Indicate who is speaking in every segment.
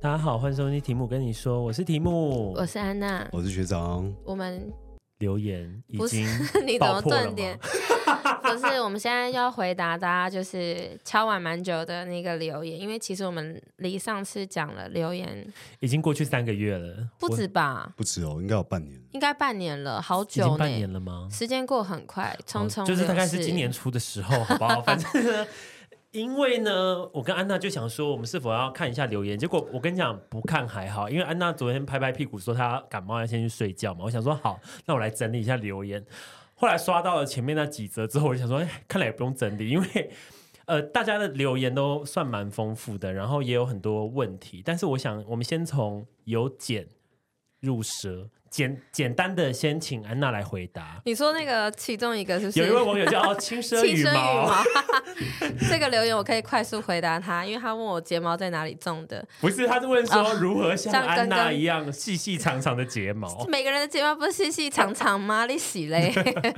Speaker 1: 大家好，欢迎收听题目跟你说，我是题目。
Speaker 2: 我是安娜，
Speaker 3: 我是学长，
Speaker 2: 我们
Speaker 1: 留言已
Speaker 2: 不是
Speaker 1: 经
Speaker 2: 你怎么
Speaker 1: 爆破了
Speaker 2: 断
Speaker 1: 吗
Speaker 2: 点？不是，我们现在要回答大家就是敲完蛮久的那个留言，因为其实我们离上次讲了留言
Speaker 1: 已经过去三个月了，
Speaker 2: 不
Speaker 1: 我
Speaker 2: 止吧，
Speaker 3: 不止哦，应该有半年。
Speaker 2: 应该半年了，好
Speaker 1: 已经
Speaker 2: 久
Speaker 1: 半年
Speaker 2: 呢，
Speaker 1: 了吗？
Speaker 2: 时间过很快，匆匆、
Speaker 1: 哦就是大概是今年。初的时候，好不 好？反正呢，因为呢，我跟安娜就想说，我们是否要看一下留言？结果我跟你讲，不看还好，因为安娜昨天拍拍屁股说她感冒要先去睡觉嘛。我想说好，那我来整理一下留言。后来刷到了前面那几则之后，我就想说，哎，看来也不用整理，因为。呃，大家的留言都算蛮丰富的，然后也有很多问题。但是我想，我们先从由简入奢，简简单的先请安娜来回答。
Speaker 2: 你说那个其中一个是不是
Speaker 1: 有一位网友叫哦轻奢
Speaker 2: 亲
Speaker 1: 羽
Speaker 2: 生羽
Speaker 1: 毛，
Speaker 2: 毛， 这个留言我可以快速回答他，因为他问我睫毛在哪里种的，
Speaker 1: 不是，他是问说
Speaker 2: 哦
Speaker 1: 如何像
Speaker 2: 像
Speaker 1: 安
Speaker 2: 刚
Speaker 1: 娜
Speaker 2: 刚
Speaker 1: 一样细细长长的睫毛。
Speaker 2: 每个人的睫毛不是细细长长吗？你洗嘞？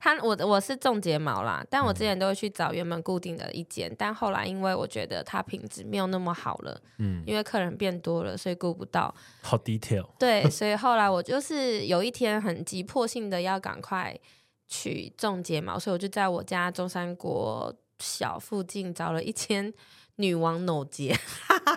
Speaker 2: 他我我是种睫毛啦，但我之前都会去找原本固定的一间，但后来因为我觉得它品质没有那么好了，
Speaker 1: 嗯，
Speaker 2: 因为客人变多了，所以顾不到。
Speaker 1: 好 detail。
Speaker 2: 对，所以后来我就是有一天很急迫性的要赶快去种睫毛，所以我就在我家中山国小附近找了一间女王扭睫，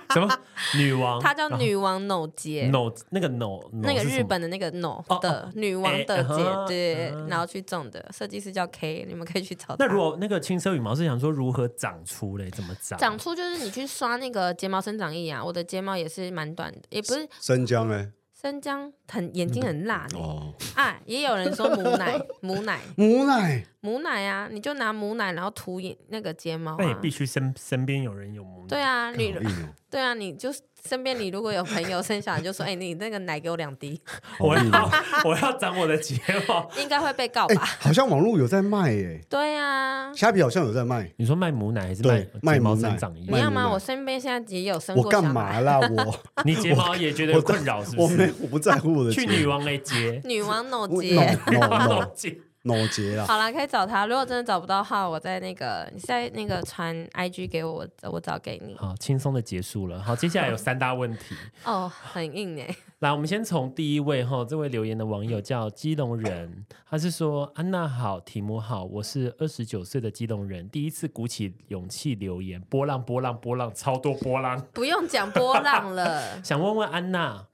Speaker 1: 什 么女王？啊
Speaker 2: 它叫女王扭睫。
Speaker 1: no 那个 no
Speaker 2: 那个日本的那个 no
Speaker 1: 哦
Speaker 2: 的女王
Speaker 1: 哎
Speaker 2: 的
Speaker 1: 嗯哼
Speaker 2: 姐，对
Speaker 1: 嗯，
Speaker 2: 然后去种的设计师叫 K，你们可以去找他。
Speaker 1: 那如果那个轻奢羽毛是想说如何长出嘞？怎么长？
Speaker 2: 长出就是你去刷那个睫毛生长液啊，我的睫毛也是蛮短的，也不是
Speaker 3: 生姜呢？
Speaker 2: 生姜很眼睛 很辣呢、
Speaker 3: 哦，
Speaker 2: 啊，也有人说母奶母奶
Speaker 3: 母奶
Speaker 2: 母奶啊，你就拿母奶然后涂眼那个睫毛
Speaker 1: 那也
Speaker 2: 啊
Speaker 1: 哎必，须身身边有人有母奶。
Speaker 2: 对，啊，你
Speaker 3: 好硬哦，
Speaker 2: 对啊，你就身边你如果有朋友生小孩，你就说哎、你那个奶给我两滴，
Speaker 1: 我
Speaker 3: 好硬
Speaker 1: 要
Speaker 3: 哦。
Speaker 1: 我要长我的睫毛。
Speaker 2: 应该会被告
Speaker 3: 哎，
Speaker 2: 吧？
Speaker 3: 好像网络有在卖耶，
Speaker 2: 对啊，
Speaker 3: 虾皮好像有在卖。
Speaker 1: 你说卖母奶还是
Speaker 3: 对
Speaker 1: 卖
Speaker 3: 卖
Speaker 1: 睫毛
Speaker 3: 母奶
Speaker 1: 生长液
Speaker 2: 你？要吗？
Speaker 3: 卖母奶
Speaker 2: 我身边现在也有生
Speaker 3: 我
Speaker 2: 过小孩。
Speaker 3: 干嘛啦？ 我
Speaker 1: 你睫毛也觉得有困扰是
Speaker 3: 我
Speaker 1: 不
Speaker 3: 没
Speaker 1: 是？
Speaker 3: 有我不在乎我的
Speaker 1: 去
Speaker 3: 钱
Speaker 1: 女王来接，
Speaker 2: 女王脑
Speaker 3: 我
Speaker 2: 姐。
Speaker 3: no no
Speaker 1: 睫
Speaker 3: no no 结啦。
Speaker 2: 好啦，可以找她。如果真的找不到的话，我在那个你在那个传 IG 给我，我我找给你。
Speaker 1: 好，轻松的结束了。好，接下来有三大问题。
Speaker 2: 哦，很硬哎、
Speaker 1: 来，我们先从第一位哈，这位留言的网友叫基隆人，他是说：“安娜好，题目好，我是二十九岁的基隆人，第一次鼓起勇气留言，波浪波浪波浪，超多波浪，。
Speaker 2: 不用讲波浪了
Speaker 1: 想问问安娜，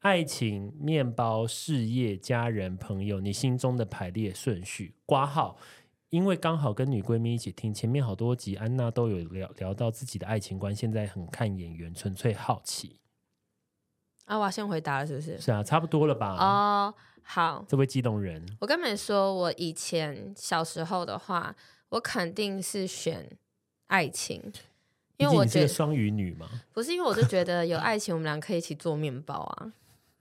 Speaker 1: 爱情、面包、事业、家人、朋友，你心中的排列顺序？挂号。”因为刚好跟女闺蜜一起听，前面好多集安娜都有聊聊到自己的爱情观，现在很看眼缘，纯粹好奇。
Speaker 2: 啊，我要先回答了，是不是？
Speaker 1: 是啊，差不多了吧？
Speaker 2: 哦，好，
Speaker 1: 这位激动人，
Speaker 2: 我跟你们说，我以前小时候的话，我肯定是选爱情，因
Speaker 1: 毕
Speaker 2: 为
Speaker 1: 竟
Speaker 2: 我
Speaker 1: 你是
Speaker 2: 觉
Speaker 1: 个
Speaker 2: 得
Speaker 1: 双鱼女嘛，
Speaker 2: 不是因为我就觉得有爱情，我们俩可以一起做面包啊，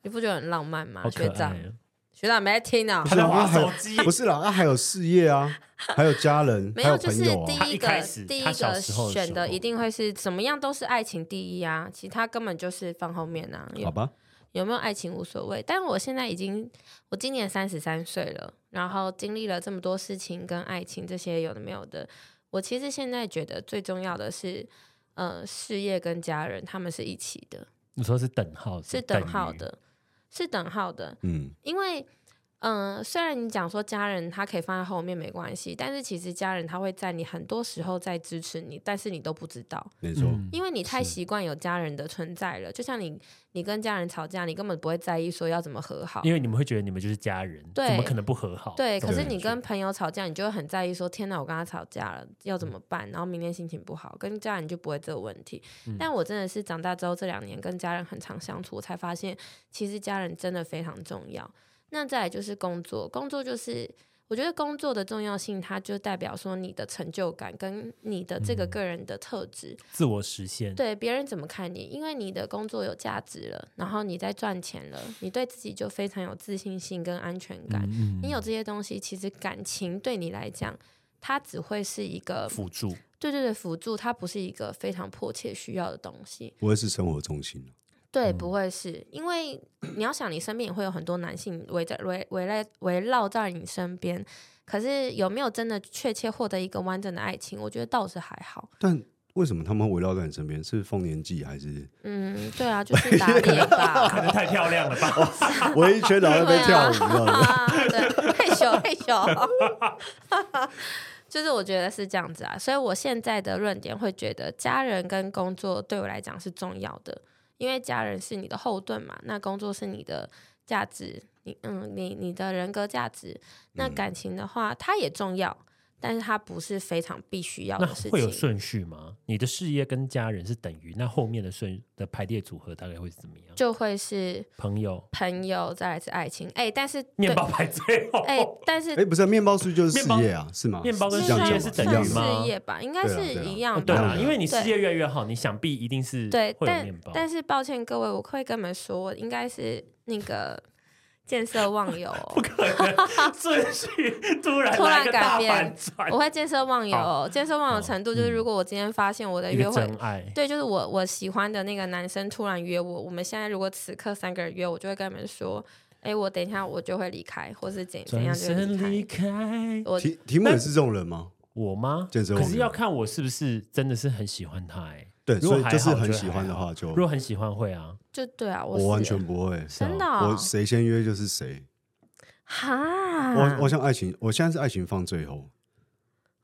Speaker 2: 你不觉得很浪漫吗？
Speaker 1: 好可
Speaker 2: 啊学长
Speaker 1: 爱，哦。
Speaker 2: 学长没在听啊、
Speaker 3: 不
Speaker 1: 他
Speaker 3: 是
Speaker 1: 在
Speaker 3: 啦，
Speaker 1: 滑
Speaker 3: 那还
Speaker 1: 手
Speaker 3: 有
Speaker 1: 机，
Speaker 3: 不是啦，那还有事业啊，还有家人，
Speaker 2: 没
Speaker 3: 还
Speaker 2: 有，
Speaker 3: 有
Speaker 2: 就
Speaker 3: 朋
Speaker 2: 是
Speaker 3: 友
Speaker 2: 第
Speaker 3: 啊。
Speaker 1: 他一
Speaker 2: 一
Speaker 1: 开
Speaker 2: 个
Speaker 1: 始
Speaker 2: 第
Speaker 1: 他
Speaker 2: 一
Speaker 1: 小
Speaker 2: 个
Speaker 1: 时候的时
Speaker 2: 选的
Speaker 1: 候
Speaker 2: 一定会是怎么样都是爱情第一啊，其他根本就是放后面啊。
Speaker 3: 好
Speaker 2: 有
Speaker 3: 吧，
Speaker 2: 有没有爱情无所谓，但我现在已经我今年三十三岁了，然后经历了这么多事情跟爱情这些有的没有的，我其实现在觉得最重要的是，呃，事业跟家人他们是一起的，
Speaker 1: 你说是等号，
Speaker 2: 是等号
Speaker 1: 于，
Speaker 2: 的，是等号的，
Speaker 3: 嗯，
Speaker 2: 因为，嗯、虽然你讲说家人他可以放在后面没关系，但是其实家人他会在你很多时候在支持你，但是你都不知道，
Speaker 3: 没错，
Speaker 1: 嗯
Speaker 2: 因为你太习惯有家人的存在了。就像你，你跟家人吵架，你根本不会在意说要怎么和好。
Speaker 1: 因为你们会觉得你们就是家人，
Speaker 2: 对
Speaker 1: 怎么可能不和好？
Speaker 2: 对，
Speaker 1: 这
Speaker 2: 可
Speaker 1: 种
Speaker 2: 是
Speaker 1: 感
Speaker 2: 你
Speaker 1: 觉
Speaker 2: 跟朋友吵架，你就会很在意说：天哪，我跟他吵架了，要怎么办？然后明天心情不好，跟家人就不会这个问题。但我真的是长大之后这两年跟家人很常相处，我才发现其实家人真的非常重要。那再来就是工作，工作就是我觉得工作的重要性，它就代表说你的成就感跟你的这个个人的特质。
Speaker 1: 自我实现，
Speaker 2: 对别人怎么看你，因为你的工作有价值了，然后你在赚钱了，你对自己就非常有自信心跟安全感。
Speaker 1: 嗯，
Speaker 2: 你
Speaker 1: 嗯
Speaker 2: 有这些东西，其实感情对你来讲，它只会是一个
Speaker 1: 辅助，
Speaker 2: 对对对辅助，它不是一个非常迫切需要的东西。
Speaker 3: 不会是生活重心啊
Speaker 2: 对，
Speaker 1: 嗯
Speaker 2: 不会是因为你要想，你身边也会有很多男性围在围围来围绕在你身边，可是有没有真的确切获得一个完整的爱情？我觉得倒是还好。
Speaker 3: 但为什么他们会围绕在你身边？是丰年祭 还是
Speaker 2: 嗯，对啊，就是打脸吧。
Speaker 1: 可能太漂亮了吧？
Speaker 3: 围一圈然后在那边跳舞？你知道吗
Speaker 2: 啊，对，害羞害羞，就是我觉得是这样子啊，所以我现在的论点会觉得家人跟工作对我来讲是重要的，因为家人是你的后盾嘛，那工作是你的价值，你嗯，你你的人格价值，那感情的话它也重要，但是它不是非常必须要
Speaker 1: 那
Speaker 2: 的事
Speaker 1: 会有
Speaker 2: 情。
Speaker 1: 顺序吗？你的事业跟家人是等于，那后面的顺的排列组合大概会是怎么样？
Speaker 2: 就会是
Speaker 1: 朋友，
Speaker 2: 朋友，再来是爱情，哎、但是
Speaker 1: 面
Speaker 2: 对，
Speaker 1: 包排最后，
Speaker 2: 哎、但是
Speaker 3: 哎，不是啊，面包是就是
Speaker 1: 面
Speaker 3: 事
Speaker 1: 包
Speaker 3: 业啊，是吗？
Speaker 1: 面包跟
Speaker 3: 是这样
Speaker 1: 事业是
Speaker 3: 讲吗
Speaker 1: 等
Speaker 3: 一
Speaker 2: 算
Speaker 3: 样
Speaker 1: 于
Speaker 3: 吗
Speaker 1: 吗
Speaker 2: 事业吧，应该
Speaker 3: 对啊
Speaker 2: 是
Speaker 3: 对啊
Speaker 2: 一样
Speaker 1: 哦对
Speaker 2: 吧。
Speaker 1: 啦，
Speaker 3: 对
Speaker 1: 因为你事
Speaker 2: 对
Speaker 1: 业越来越好，你想必一定是
Speaker 2: 对，
Speaker 1: 会有
Speaker 2: 但
Speaker 1: 面包。
Speaker 2: 但是抱歉各位，我会跟你们说，我应该是那个见色忘友哦，
Speaker 1: 顺序突然
Speaker 2: 突
Speaker 1: 来
Speaker 2: 然
Speaker 1: 一个
Speaker 2: 改
Speaker 1: 大
Speaker 2: 变
Speaker 1: 反转
Speaker 2: 我，会见色忘友哦，见色忘友程度就是，
Speaker 1: 嗯
Speaker 2: 如果我今天发现我的
Speaker 1: 一
Speaker 2: 约
Speaker 1: 个
Speaker 2: 会
Speaker 1: 真爱。
Speaker 2: 对，就是我我喜欢的那个男生突然约我，我们现在如果此刻三个人约，我就会跟你们说，哎，我等一下我就会离开，或是怎怎
Speaker 1: 转
Speaker 2: 样就会
Speaker 1: 身
Speaker 2: 离
Speaker 1: 离
Speaker 2: 开。
Speaker 1: 开
Speaker 2: 我
Speaker 3: 题题目也是这种人吗？
Speaker 1: 我吗？
Speaker 3: 健身
Speaker 1: 可
Speaker 3: 忘
Speaker 1: 是
Speaker 3: 友
Speaker 1: 要看我是不是真的是很喜欢他哎。
Speaker 3: 对，
Speaker 1: 如果
Speaker 3: 所以
Speaker 1: 还
Speaker 3: 就是
Speaker 1: 好
Speaker 3: 很
Speaker 1: 就
Speaker 3: 喜
Speaker 1: 还
Speaker 3: 欢的
Speaker 1: 好
Speaker 3: 话就
Speaker 1: 如果很喜欢会啊，
Speaker 2: 就对啊，我
Speaker 3: 我完
Speaker 2: 是
Speaker 3: 全不会，
Speaker 1: 是
Speaker 2: 真的
Speaker 1: 啊
Speaker 2: 哦
Speaker 3: 我谁先约就是谁。
Speaker 2: 哈，
Speaker 3: 我我像爱情，我现在是爱情放最后，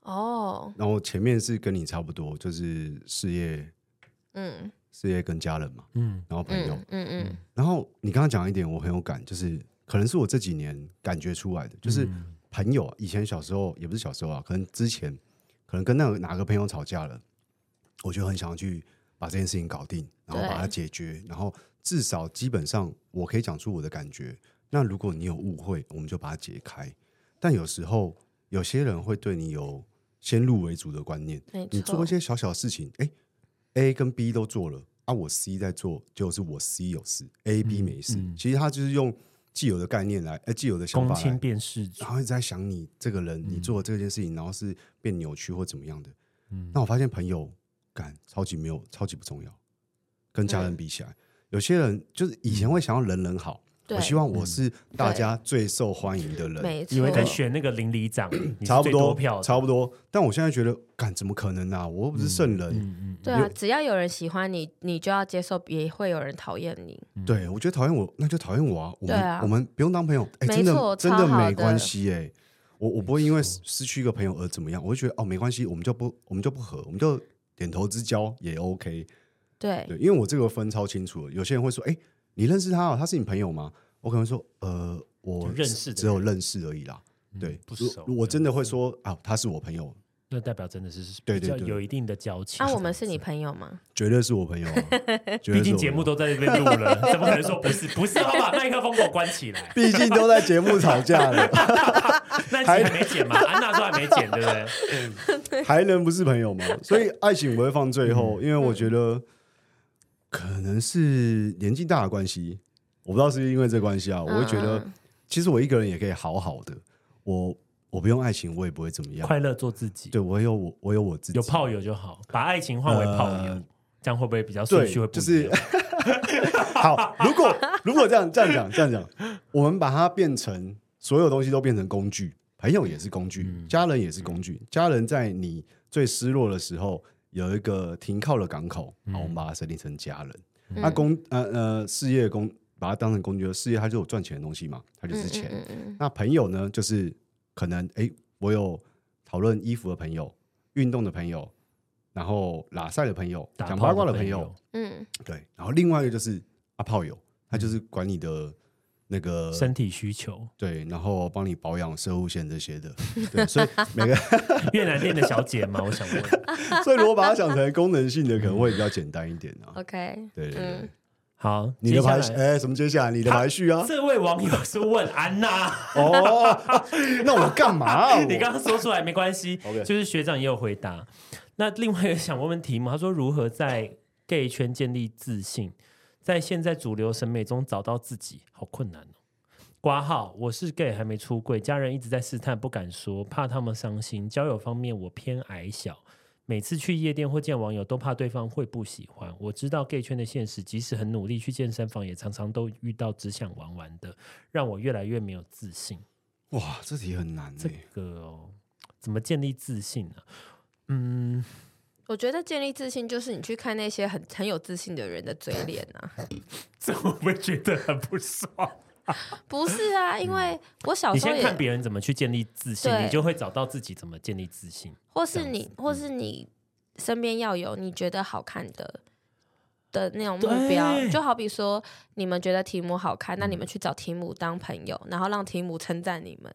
Speaker 2: 哦，
Speaker 3: 然后前面是跟你差不多，就是事业、
Speaker 2: 嗯
Speaker 3: 事业跟家人嘛，
Speaker 1: 嗯，
Speaker 3: 然后朋友。
Speaker 2: 嗯嗯嗯，
Speaker 3: 然后你刚刚讲一点，我很有感，就是可能是我这几年感觉出来的，就是
Speaker 1: 嗯
Speaker 3: 朋友、啊，以前小时候也不是小时候啊，可能之前可能跟那个哪个朋友吵架了，我就很想要去把这件事情搞定，然后
Speaker 2: 对
Speaker 3: 把它解决，然后至少基本上我可以讲出我的感觉。那如果你有误会，我们就把它解开。但有时候有些人会对你有先入为主的观念，
Speaker 2: 没
Speaker 3: 你做
Speaker 2: 错
Speaker 3: 一。些小小的事情，哎、a 跟 B 都做了，啊，我 C 在做，就是我 C 有事，A、B 没事。
Speaker 1: 嗯
Speaker 3: 其实他就是用既有的概念来，哎、既有的想
Speaker 1: 公
Speaker 3: 法
Speaker 1: 亲
Speaker 3: 来，
Speaker 1: 变世主
Speaker 3: 然，后一直在想你这个人，
Speaker 1: 嗯
Speaker 3: 你做了这件事情，然后是变扭曲或怎么样的。
Speaker 1: 嗯
Speaker 3: 那我发现朋友感超级没有，超级不重要，跟家人比起来，有些人就是以前会想要人人好，
Speaker 2: 对
Speaker 3: 我希望
Speaker 1: 嗯
Speaker 3: 我是大家最受欢迎的人，
Speaker 2: 没错，
Speaker 1: 以为在选那个邻里长，你是
Speaker 3: 差不
Speaker 1: 最
Speaker 3: 多，
Speaker 1: 票的，
Speaker 3: 差不多。但我现在觉得，干怎么可能啊？我又不是圣人，
Speaker 1: 嗯嗯
Speaker 2: 对啊，只要有人喜欢你，你就要接受，也会有人讨厌你。
Speaker 3: 对，我觉得讨厌我，那就讨厌我啊。
Speaker 2: 嗯
Speaker 3: 我
Speaker 2: 对
Speaker 3: 们、
Speaker 2: 啊
Speaker 3: 我们不用当朋友，哎、
Speaker 2: 没
Speaker 3: 真
Speaker 2: 错
Speaker 3: 的真
Speaker 2: 超
Speaker 3: 的
Speaker 2: 好
Speaker 3: 没关
Speaker 2: 的
Speaker 3: 系哎、我我不会因为失失去一个朋友而怎么样，我就觉得哦没关系，我们就不我们就不合，我们就点头之交也 OK。
Speaker 2: 对，
Speaker 3: 对，因为我这个分超清楚了。有些人会说，哎、你认识他、哦，他是你朋友吗？我可能说，呃，我
Speaker 1: 就认识的嗯
Speaker 3: 只有认识而已啦。对，
Speaker 1: 不
Speaker 3: 如
Speaker 1: 熟
Speaker 3: 我真的会说啊，他是我朋友，
Speaker 1: 那代表真的是
Speaker 3: 对
Speaker 1: 比较
Speaker 3: 对对
Speaker 1: 有一定的交情。
Speaker 2: 那、啊我们是你朋友吗？
Speaker 3: 绝对是我朋友、啊，绝对
Speaker 1: 毕
Speaker 3: 是
Speaker 1: 竟
Speaker 3: 我
Speaker 1: 节
Speaker 3: 朋
Speaker 1: 目
Speaker 3: 友
Speaker 1: 都在这边录 了，怎么可能说不是？不是，要把麦克风给我关起 来。
Speaker 3: 毕竟都在节目吵架了，
Speaker 1: 那你还没剪嘛？安娜说还没剪，对不对？
Speaker 3: 还能不是朋友吗？所以爱情我会放最后，
Speaker 2: 嗯
Speaker 3: 因为我觉得可能是年纪大的关系，我不知道是不是因为这关系啊，我会觉得
Speaker 2: 嗯
Speaker 3: 其实我一个人也可以好好的，我我不用爱情，我也不会怎么样。
Speaker 1: 快乐做自己，
Speaker 3: 对我有我我有我自己，
Speaker 1: 有炮友就好，把爱情换为炮友
Speaker 3: 呃，
Speaker 1: 这样会不会比较顺
Speaker 3: 对
Speaker 1: 序会，不
Speaker 3: 就
Speaker 1: 一
Speaker 3: 是
Speaker 1: 样？
Speaker 3: 好。如果 如果这样这样讲这样讲，我们把它变成所有东西都变成工具，朋友也是工具，家人也是工具。家人在你最失落的时候有一个停靠的港口，好，我们把它设定成家人。那、工呃呃事业工把它当成工具，事业它就有赚钱的东西嘛，它就是钱。
Speaker 2: 嗯嗯
Speaker 3: 那朋友呢，就是可能哎，诶我有讨论衣服的朋友、运动的朋友，然后拉赛的朋友、
Speaker 1: 打
Speaker 3: 讲
Speaker 1: 炮
Speaker 3: 八卦的
Speaker 1: 朋
Speaker 3: 朋
Speaker 1: 友
Speaker 3: 友，
Speaker 2: 嗯
Speaker 3: 对，然后另外一个就是阿炮友，他就是管你的那个
Speaker 1: 身体需求，
Speaker 3: 对，然后帮你保养射护线这些的，对，所以每个
Speaker 1: 越南店的小姐嘛，我想问，
Speaker 3: 所以如果把它想成功能性的，可能会比较简单一点啊。
Speaker 2: o k
Speaker 3: 对对对
Speaker 2: 哦嗯，
Speaker 1: 好，
Speaker 3: 你的排
Speaker 1: 接下来
Speaker 3: 哎，什么接下来你的排 序啊？
Speaker 1: 这位网友是问安娜，
Speaker 3: 哦，啊那我干嘛啊？我
Speaker 1: 你刚刚说出来没关系
Speaker 3: OK，
Speaker 1: 就是学长也有回答。那另外一个想问问题目，他说如何在 gay 圈建立自信，在现在主流审美中找到自己，好困难哦。挂号，我是 gay 还没出柜，家人一直在试探，不敢说，怕他们伤心。交友方面，我偏矮小。每次去夜店或见网友，都怕对方会不喜欢。我知道 gay 圈的现实，即使很努力去健身房，也常常都遇到只想玩玩的，让我越来越没有自信。
Speaker 3: 哇，这题很难
Speaker 1: 这
Speaker 3: 哎。
Speaker 1: 个哦，怎么建立自信呢、嗯，
Speaker 2: 我觉得建立自信就是你去看那些很很有自信的人的嘴脸啊，
Speaker 1: 这我会觉得很不爽。
Speaker 2: 不是啊，因为我 小
Speaker 1: 嗯你
Speaker 2: 时候
Speaker 1: 先
Speaker 2: 也
Speaker 1: 看别人怎么去建立自信，
Speaker 2: 对
Speaker 1: 你就会找到自己怎么建立自信。
Speaker 2: 或
Speaker 1: 这
Speaker 2: 是
Speaker 1: 样嗯
Speaker 2: 你，或是你身边要有你觉得好看的的那种
Speaker 1: 对嗯
Speaker 2: 目标，就好比说你们觉得提姆好看，那你们去找提姆当朋友，然后让提姆称赞你们。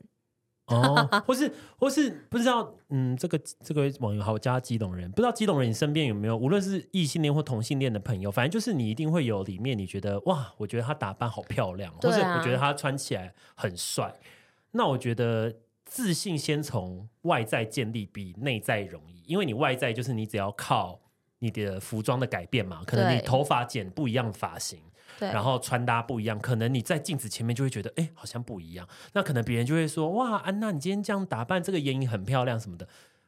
Speaker 1: 哦，或是或是不知道，嗯，这个这个网友好加基隆人，不知道基隆人你身边有没有，无论是异性恋或同性恋的朋友，反正就是你一定会有里面你觉得哇，我觉得她打扮好漂亮，或
Speaker 2: 对啊
Speaker 1: 者我觉得她穿起来很帅。那我觉得自信先从外在建立比内在容易，因为你外在就是你只要靠你的服装的改变嘛，可能你
Speaker 2: 对
Speaker 1: 头发剪不一样发型，
Speaker 2: 对，
Speaker 1: 然后穿搭不一样，可能你在镜子前面就会觉得，哎，好像不一样。那可能别人就会说，哇，安娜，你今天这样打扮，这个眼影很漂亮什么的。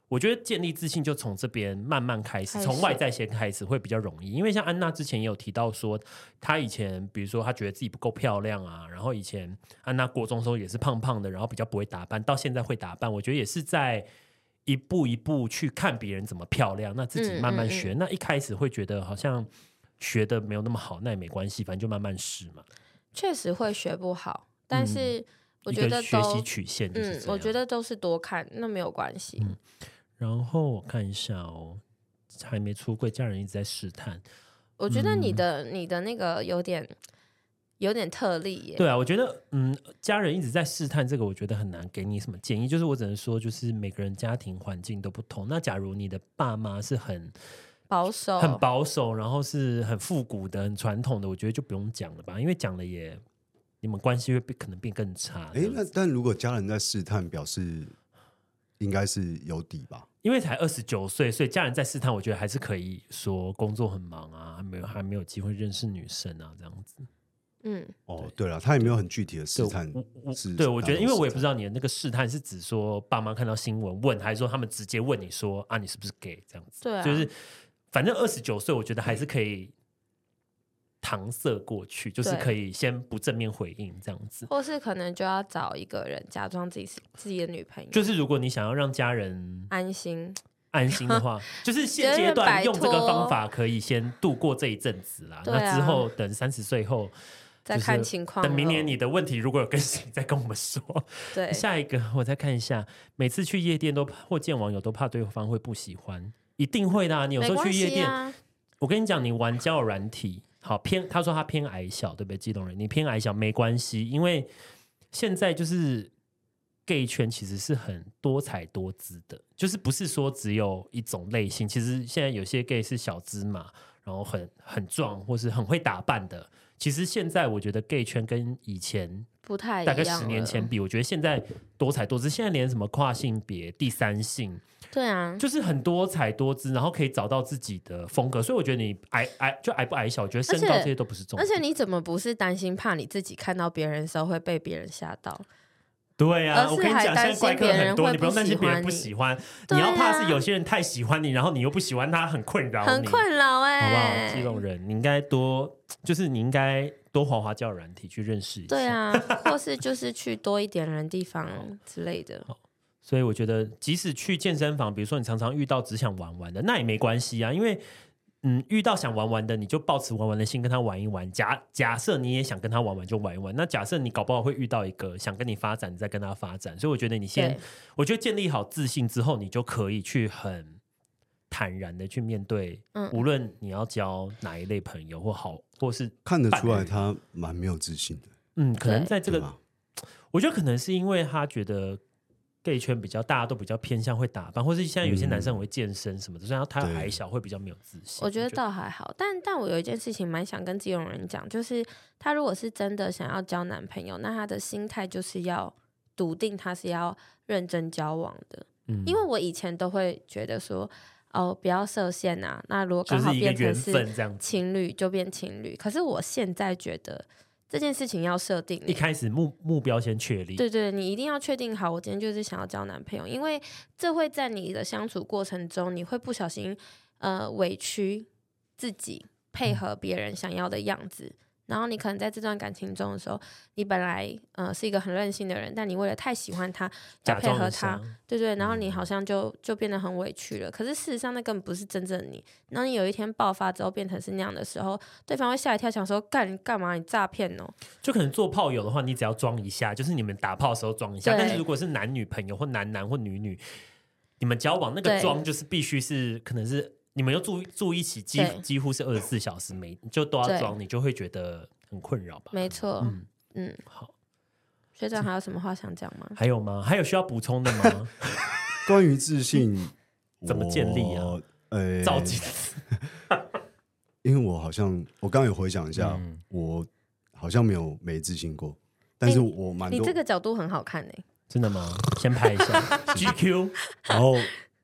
Speaker 1: 我觉得建立自信就从这边慢慢开始，
Speaker 2: 开始
Speaker 1: 从外在先开始会比较容易。因为像安娜之前也有提到说，她以前比如说她觉得自己不够漂亮啊，然后以前安娜啊国中的时候也是胖胖的，然后比较不会打扮，到现在会打扮，我觉得也是在一步一步去看别人怎么漂亮，那自己
Speaker 2: 嗯
Speaker 1: 慢慢学。那一开始会觉得好像学的没有那么好，那也没关系，反正就慢慢试嘛。
Speaker 2: 确实会学不好，但是我
Speaker 1: 嗯一
Speaker 2: 觉
Speaker 1: 个
Speaker 2: 得
Speaker 1: 学习
Speaker 2: 都，
Speaker 1: 曲线就是
Speaker 2: 嗯
Speaker 1: 这，样。嗯
Speaker 2: 我觉得都是多看，那没有关系。
Speaker 1: 然后我看一下哦，还没出柜，家人一直在试探。
Speaker 2: 我觉得
Speaker 1: 嗯
Speaker 2: 你的你的那个有点有点特例耶，
Speaker 1: 对啊，我觉得嗯，家人一直在试探这个，我觉得很难给你什么建议。就是我只能说，就是每个人家庭环境都不同。那假如你的爸妈是很
Speaker 2: 保守，
Speaker 1: 很保守，然后是很复古的、很传统的，我觉得就不用讲了吧，因为讲了也你们关系会变可能变更差。
Speaker 3: 哎，那但如果家人在试探，表示应该是有底吧？
Speaker 1: 因为才二十九岁，所以家人在试探，我觉得还是可以说工作很忙啊，还没有还没有机会认识女生啊，这样子。
Speaker 2: 嗯，
Speaker 3: 哦，对了，他也没有很具体的试
Speaker 1: 对
Speaker 3: 探
Speaker 1: 我我
Speaker 3: 是
Speaker 1: 对我觉
Speaker 3: 哪
Speaker 1: 得，因为
Speaker 3: 种
Speaker 1: 我也
Speaker 3: 试
Speaker 1: 不知道你的那个试探是指说爸妈看到新闻问，还是说他们直接问你说啊，你是不是 gay 这样子？
Speaker 2: 对啊，
Speaker 1: 就是反正二十九岁，我觉得还是可以搪塞过去，就是
Speaker 2: 对
Speaker 1: 可以先不正面回应这样子。
Speaker 2: 或是可能就要找一个人假装自己是自己的女朋友，
Speaker 1: 就是如果你想要让家人
Speaker 2: 安心。
Speaker 1: 安心的 话，就是现阶段用这个方法可以先度过这一阵子啦。
Speaker 2: 对啊
Speaker 1: 那之后等三十岁后
Speaker 2: 再
Speaker 1: 就是
Speaker 2: 看情况咯。
Speaker 1: 等明年你的问题如果有更新，再跟我们说。
Speaker 2: 对
Speaker 1: 下一个我再看一下，每次去夜店都怕或见网友都怕对方会不喜欢，一定会的、啊。你有时
Speaker 2: 没
Speaker 1: 候去
Speaker 2: 关系
Speaker 1: 夜店，
Speaker 2: 啊、
Speaker 1: 我跟你讲，你玩交友软体，好偏，他说他偏矮小，对不对？激动人，你偏矮小没关系，因为现在就是 gay 圈其实是很多彩多姿的，就是不是说只有一种类型。其实现在有些 gay 是小芝麻，然后很很壮，或是很会打扮的。其实现在我觉得 gay 圈跟以前
Speaker 2: 不太一
Speaker 1: 大
Speaker 2: 样
Speaker 1: 概十年
Speaker 2: 了
Speaker 1: 前，比，我觉得现在多彩多姿。现在连什么跨性别、第三性，
Speaker 2: 对啊，
Speaker 1: 就是很多彩多姿，然后可以找到自己的风格。所以我觉得你矮矮就矮不矮小，我觉得身高
Speaker 2: 而且
Speaker 1: 这些都不是重
Speaker 2: 而
Speaker 1: 点。
Speaker 2: 且你怎么不是担心怕你自己看到别人的时候会被别人吓到？
Speaker 1: 对
Speaker 2: 而
Speaker 1: 啊，
Speaker 2: 是
Speaker 1: 我跟你
Speaker 2: 还
Speaker 1: 讲，现
Speaker 2: 担
Speaker 1: 在怪
Speaker 2: 心
Speaker 1: 客
Speaker 2: 别人
Speaker 1: 很多，
Speaker 2: 会
Speaker 1: 你
Speaker 2: 不
Speaker 1: 用担心
Speaker 2: 喜
Speaker 1: 别人
Speaker 2: 欢
Speaker 1: 不
Speaker 2: 你
Speaker 1: 喜欢，
Speaker 2: 对
Speaker 1: 你要怕
Speaker 2: 啊
Speaker 1: 是有些人太喜欢你，然后你又不喜欢他，很困扰你，
Speaker 2: 很困扰
Speaker 1: 好不
Speaker 2: 哎、
Speaker 1: 好？激动人，你应该多，就是你应该多滑滑交友软体去认识一下。
Speaker 2: 对啊，或是就是去多一点人地
Speaker 1: 哦
Speaker 2: 方之类的。
Speaker 1: 所以我觉得，即使去健身房，比如说你常常遇到只想玩玩的，那也没关系啊，因为嗯，遇到想玩玩的，你就抱持玩玩的心跟他玩一玩。假假设你也想跟他玩玩，就玩一玩。那假设你搞不好会遇到一个想跟你发展，你再跟他发展。所以我觉得你先
Speaker 2: 对，
Speaker 1: 我觉得建立好自信之后，你就可以去很坦然的去面对，
Speaker 2: 嗯
Speaker 1: 无论你要交哪一类朋友，或好，或是
Speaker 3: 看得
Speaker 1: 伴
Speaker 3: 出来
Speaker 1: 侣
Speaker 3: 他蛮没有自信的，
Speaker 1: 嗯，可能
Speaker 2: 对
Speaker 1: 在这
Speaker 3: 对
Speaker 1: 个
Speaker 3: 吗？
Speaker 1: 我觉得可能是因为他觉得 gay 圈比较大家都比较偏向会打扮，或是现在有些男生很会健身什么的，所以他他
Speaker 3: 对
Speaker 1: 矮小会比较没有自信。
Speaker 2: 我觉得倒还好，但但我有一件事情蛮想跟基隆人讲，就是她如果是真的想要交男朋友，那她的心态就是要笃定她是要认真交往的。
Speaker 1: 嗯
Speaker 2: 因为我以前都会觉得说，哦，不要设限啊。那如果
Speaker 1: 就
Speaker 2: 刚好
Speaker 1: 是一个
Speaker 2: 变
Speaker 1: 缘
Speaker 2: 成是
Speaker 1: 分这样子。
Speaker 2: 情侣，就变情侣。可是我现在觉得这件事情要设定
Speaker 1: 一
Speaker 2: 你。
Speaker 1: 开始目目标先确立，
Speaker 2: 对对，你一定要确定好，我今天就是想要交男朋友，因为这会在你的相处过程中，你会不小
Speaker 1: 嗯
Speaker 2: 心呃委屈自己，配合别人想要的样子，然后你可能在这段感情中的时候，你本来呃是一个很任性的人，但你为了太喜欢他，要
Speaker 1: 假
Speaker 2: 配
Speaker 1: 装嗯
Speaker 2: 合
Speaker 1: 的
Speaker 2: 他，
Speaker 1: 伤
Speaker 2: 对对，然后你好像就就变得很委屈了。可是事实上，那根本不是真正的你。然后你有一天爆发之后变成是那样的时候，对方会吓一跳，想说干你干嘛？你诈骗哦？
Speaker 1: 就可能做炮友的话，你只要装一下，就是你们打炮的时候装一下。
Speaker 2: 对
Speaker 1: 但是如果是男女朋友或男男或女女，你们交往那个
Speaker 2: 对
Speaker 1: 装就是必须是可能是你们又住住一起，几
Speaker 2: 对
Speaker 1: 几乎是二十四小时每就都要
Speaker 2: 对
Speaker 1: 装，你就会觉得很困扰吧？
Speaker 2: 没错，
Speaker 1: 嗯
Speaker 2: 嗯
Speaker 1: 好，
Speaker 2: 学长还有什么话想讲吗？
Speaker 1: 还有吗？还有需要补充的吗？
Speaker 3: 关于自信
Speaker 1: 怎么建立啊
Speaker 3: 我？呃，
Speaker 1: 照镜子，
Speaker 3: 因为我好像我刚刚有回想一下，
Speaker 1: 嗯
Speaker 3: 我好像没有没自信过，但
Speaker 2: 哎
Speaker 3: 是我蛮
Speaker 2: 你
Speaker 3: 多
Speaker 2: 这，个角度很好看欸诶、
Speaker 1: 真的吗？先拍一下 GQ，
Speaker 3: 然后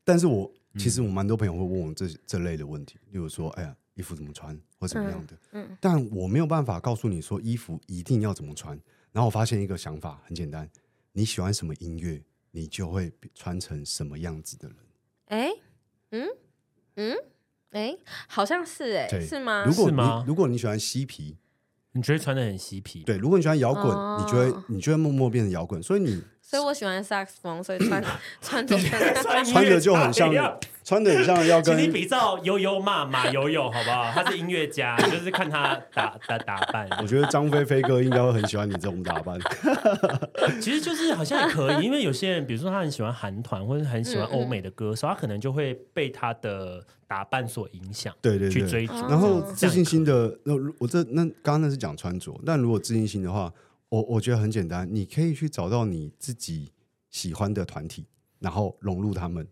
Speaker 3: 但是我
Speaker 1: 嗯
Speaker 3: 其实我蛮多朋友会问我这这类的问题，例如说，哎呀，衣服怎么穿或怎么样的，
Speaker 2: 嗯嗯
Speaker 3: 但我没有办法告诉你说衣服一定要怎么穿。然后我发现一个想法很简单，你喜欢什么音乐，你就会穿成什么样子的人。
Speaker 2: 诶，嗯嗯，诶，好像是诶，
Speaker 3: 对
Speaker 2: 哎是吗
Speaker 3: 如？
Speaker 1: 是
Speaker 3: 果
Speaker 1: 吗
Speaker 3: 你如果你喜欢嬉皮，
Speaker 1: 你觉得穿的很嬉皮？
Speaker 3: 对，如果你喜欢摇滚，
Speaker 2: 哦
Speaker 3: 你就会你就会默默变成摇滚，所以你
Speaker 2: 所以我喜欢萨克斯风，所以 穿穿着像
Speaker 3: 穿着就很像
Speaker 1: 音乐家一样，
Speaker 3: 穿的很像要
Speaker 1: 哎请你
Speaker 3: 跟
Speaker 1: 比照悠悠骂马悠悠好不好？ 他是音乐家，你就是看他 打打打扮。
Speaker 3: 我觉得张飞飞哥应该会很喜欢你这种打扮，
Speaker 1: 其实就是好像也可以，因为有些人，比如说他很喜欢韩团或者很喜欢欧美的歌手，他可能就会被他的打扮所影响，
Speaker 3: 对对
Speaker 1: 去
Speaker 3: 对。
Speaker 1: 追逐。
Speaker 2: 哦
Speaker 3: 然后
Speaker 1: 这
Speaker 3: 自
Speaker 1: 样
Speaker 3: 信心的，那如我这那刚刚那是讲穿着，但如果自信心的话，我我觉得很简单，你可以去找到你自己喜欢的团体，然后融入他们，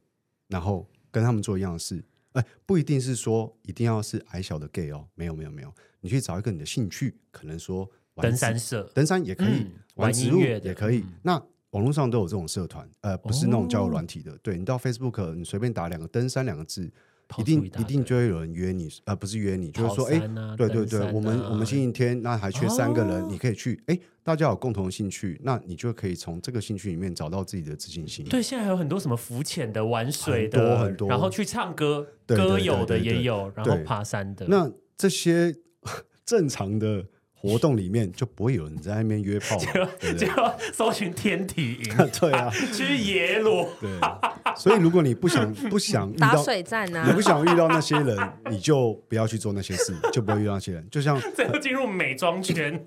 Speaker 3: 然后跟他们做一样的事。哎、不一定是说一定要是矮小的 gay 哦，没有没有没有，你去找一个你的兴趣，可能说玩
Speaker 1: 登
Speaker 3: 自
Speaker 1: 山社，
Speaker 3: 登山也可以，
Speaker 1: 嗯
Speaker 3: 玩
Speaker 1: 玩
Speaker 3: 植
Speaker 1: 音
Speaker 3: 物
Speaker 1: 乐的嗯
Speaker 3: 也可以。那网络上都有这种社团，呃，不是那种
Speaker 1: 哦
Speaker 3: 交友软体的。对你到 Facebook，你随便打两个登山两个字，
Speaker 1: 跑
Speaker 3: 一
Speaker 1: 出
Speaker 3: 定
Speaker 1: 大堆
Speaker 3: 一定就会有人约你，呃，不是约你，就是说，
Speaker 1: 跑
Speaker 3: 哎、
Speaker 1: 山啊
Speaker 3: 对对对
Speaker 1: 登山，啊
Speaker 3: 我们我们星期天那还缺三个人，
Speaker 1: 哦
Speaker 3: 你可以去，哎、大家有共同的兴趣，那你就可以从这个兴趣里面找到自己的自信心。
Speaker 1: 对，现在还有很多什么浮潜的、玩水
Speaker 3: 嗯很
Speaker 1: 的，
Speaker 3: 多很多
Speaker 1: 然后去唱歌、
Speaker 3: 对对
Speaker 1: 歌
Speaker 3: 对
Speaker 1: 友的
Speaker 3: 对对
Speaker 1: 也有，然后爬山的。
Speaker 3: 那这些 正常的活动里面就不会有人在那边约炮嘛，对 不
Speaker 1: 就
Speaker 3: 对？
Speaker 1: 要搜寻天体营，
Speaker 3: 对啊，
Speaker 1: 去野裸。
Speaker 3: 对。所以如果你不想不想遇
Speaker 2: 打
Speaker 3: 到
Speaker 2: 水战
Speaker 3: 你
Speaker 2: 啊
Speaker 3: 不，想遇到那些人，你就不要去做那些事， 就不会遇到那些人。就像
Speaker 1: 最后进入美妆 圈，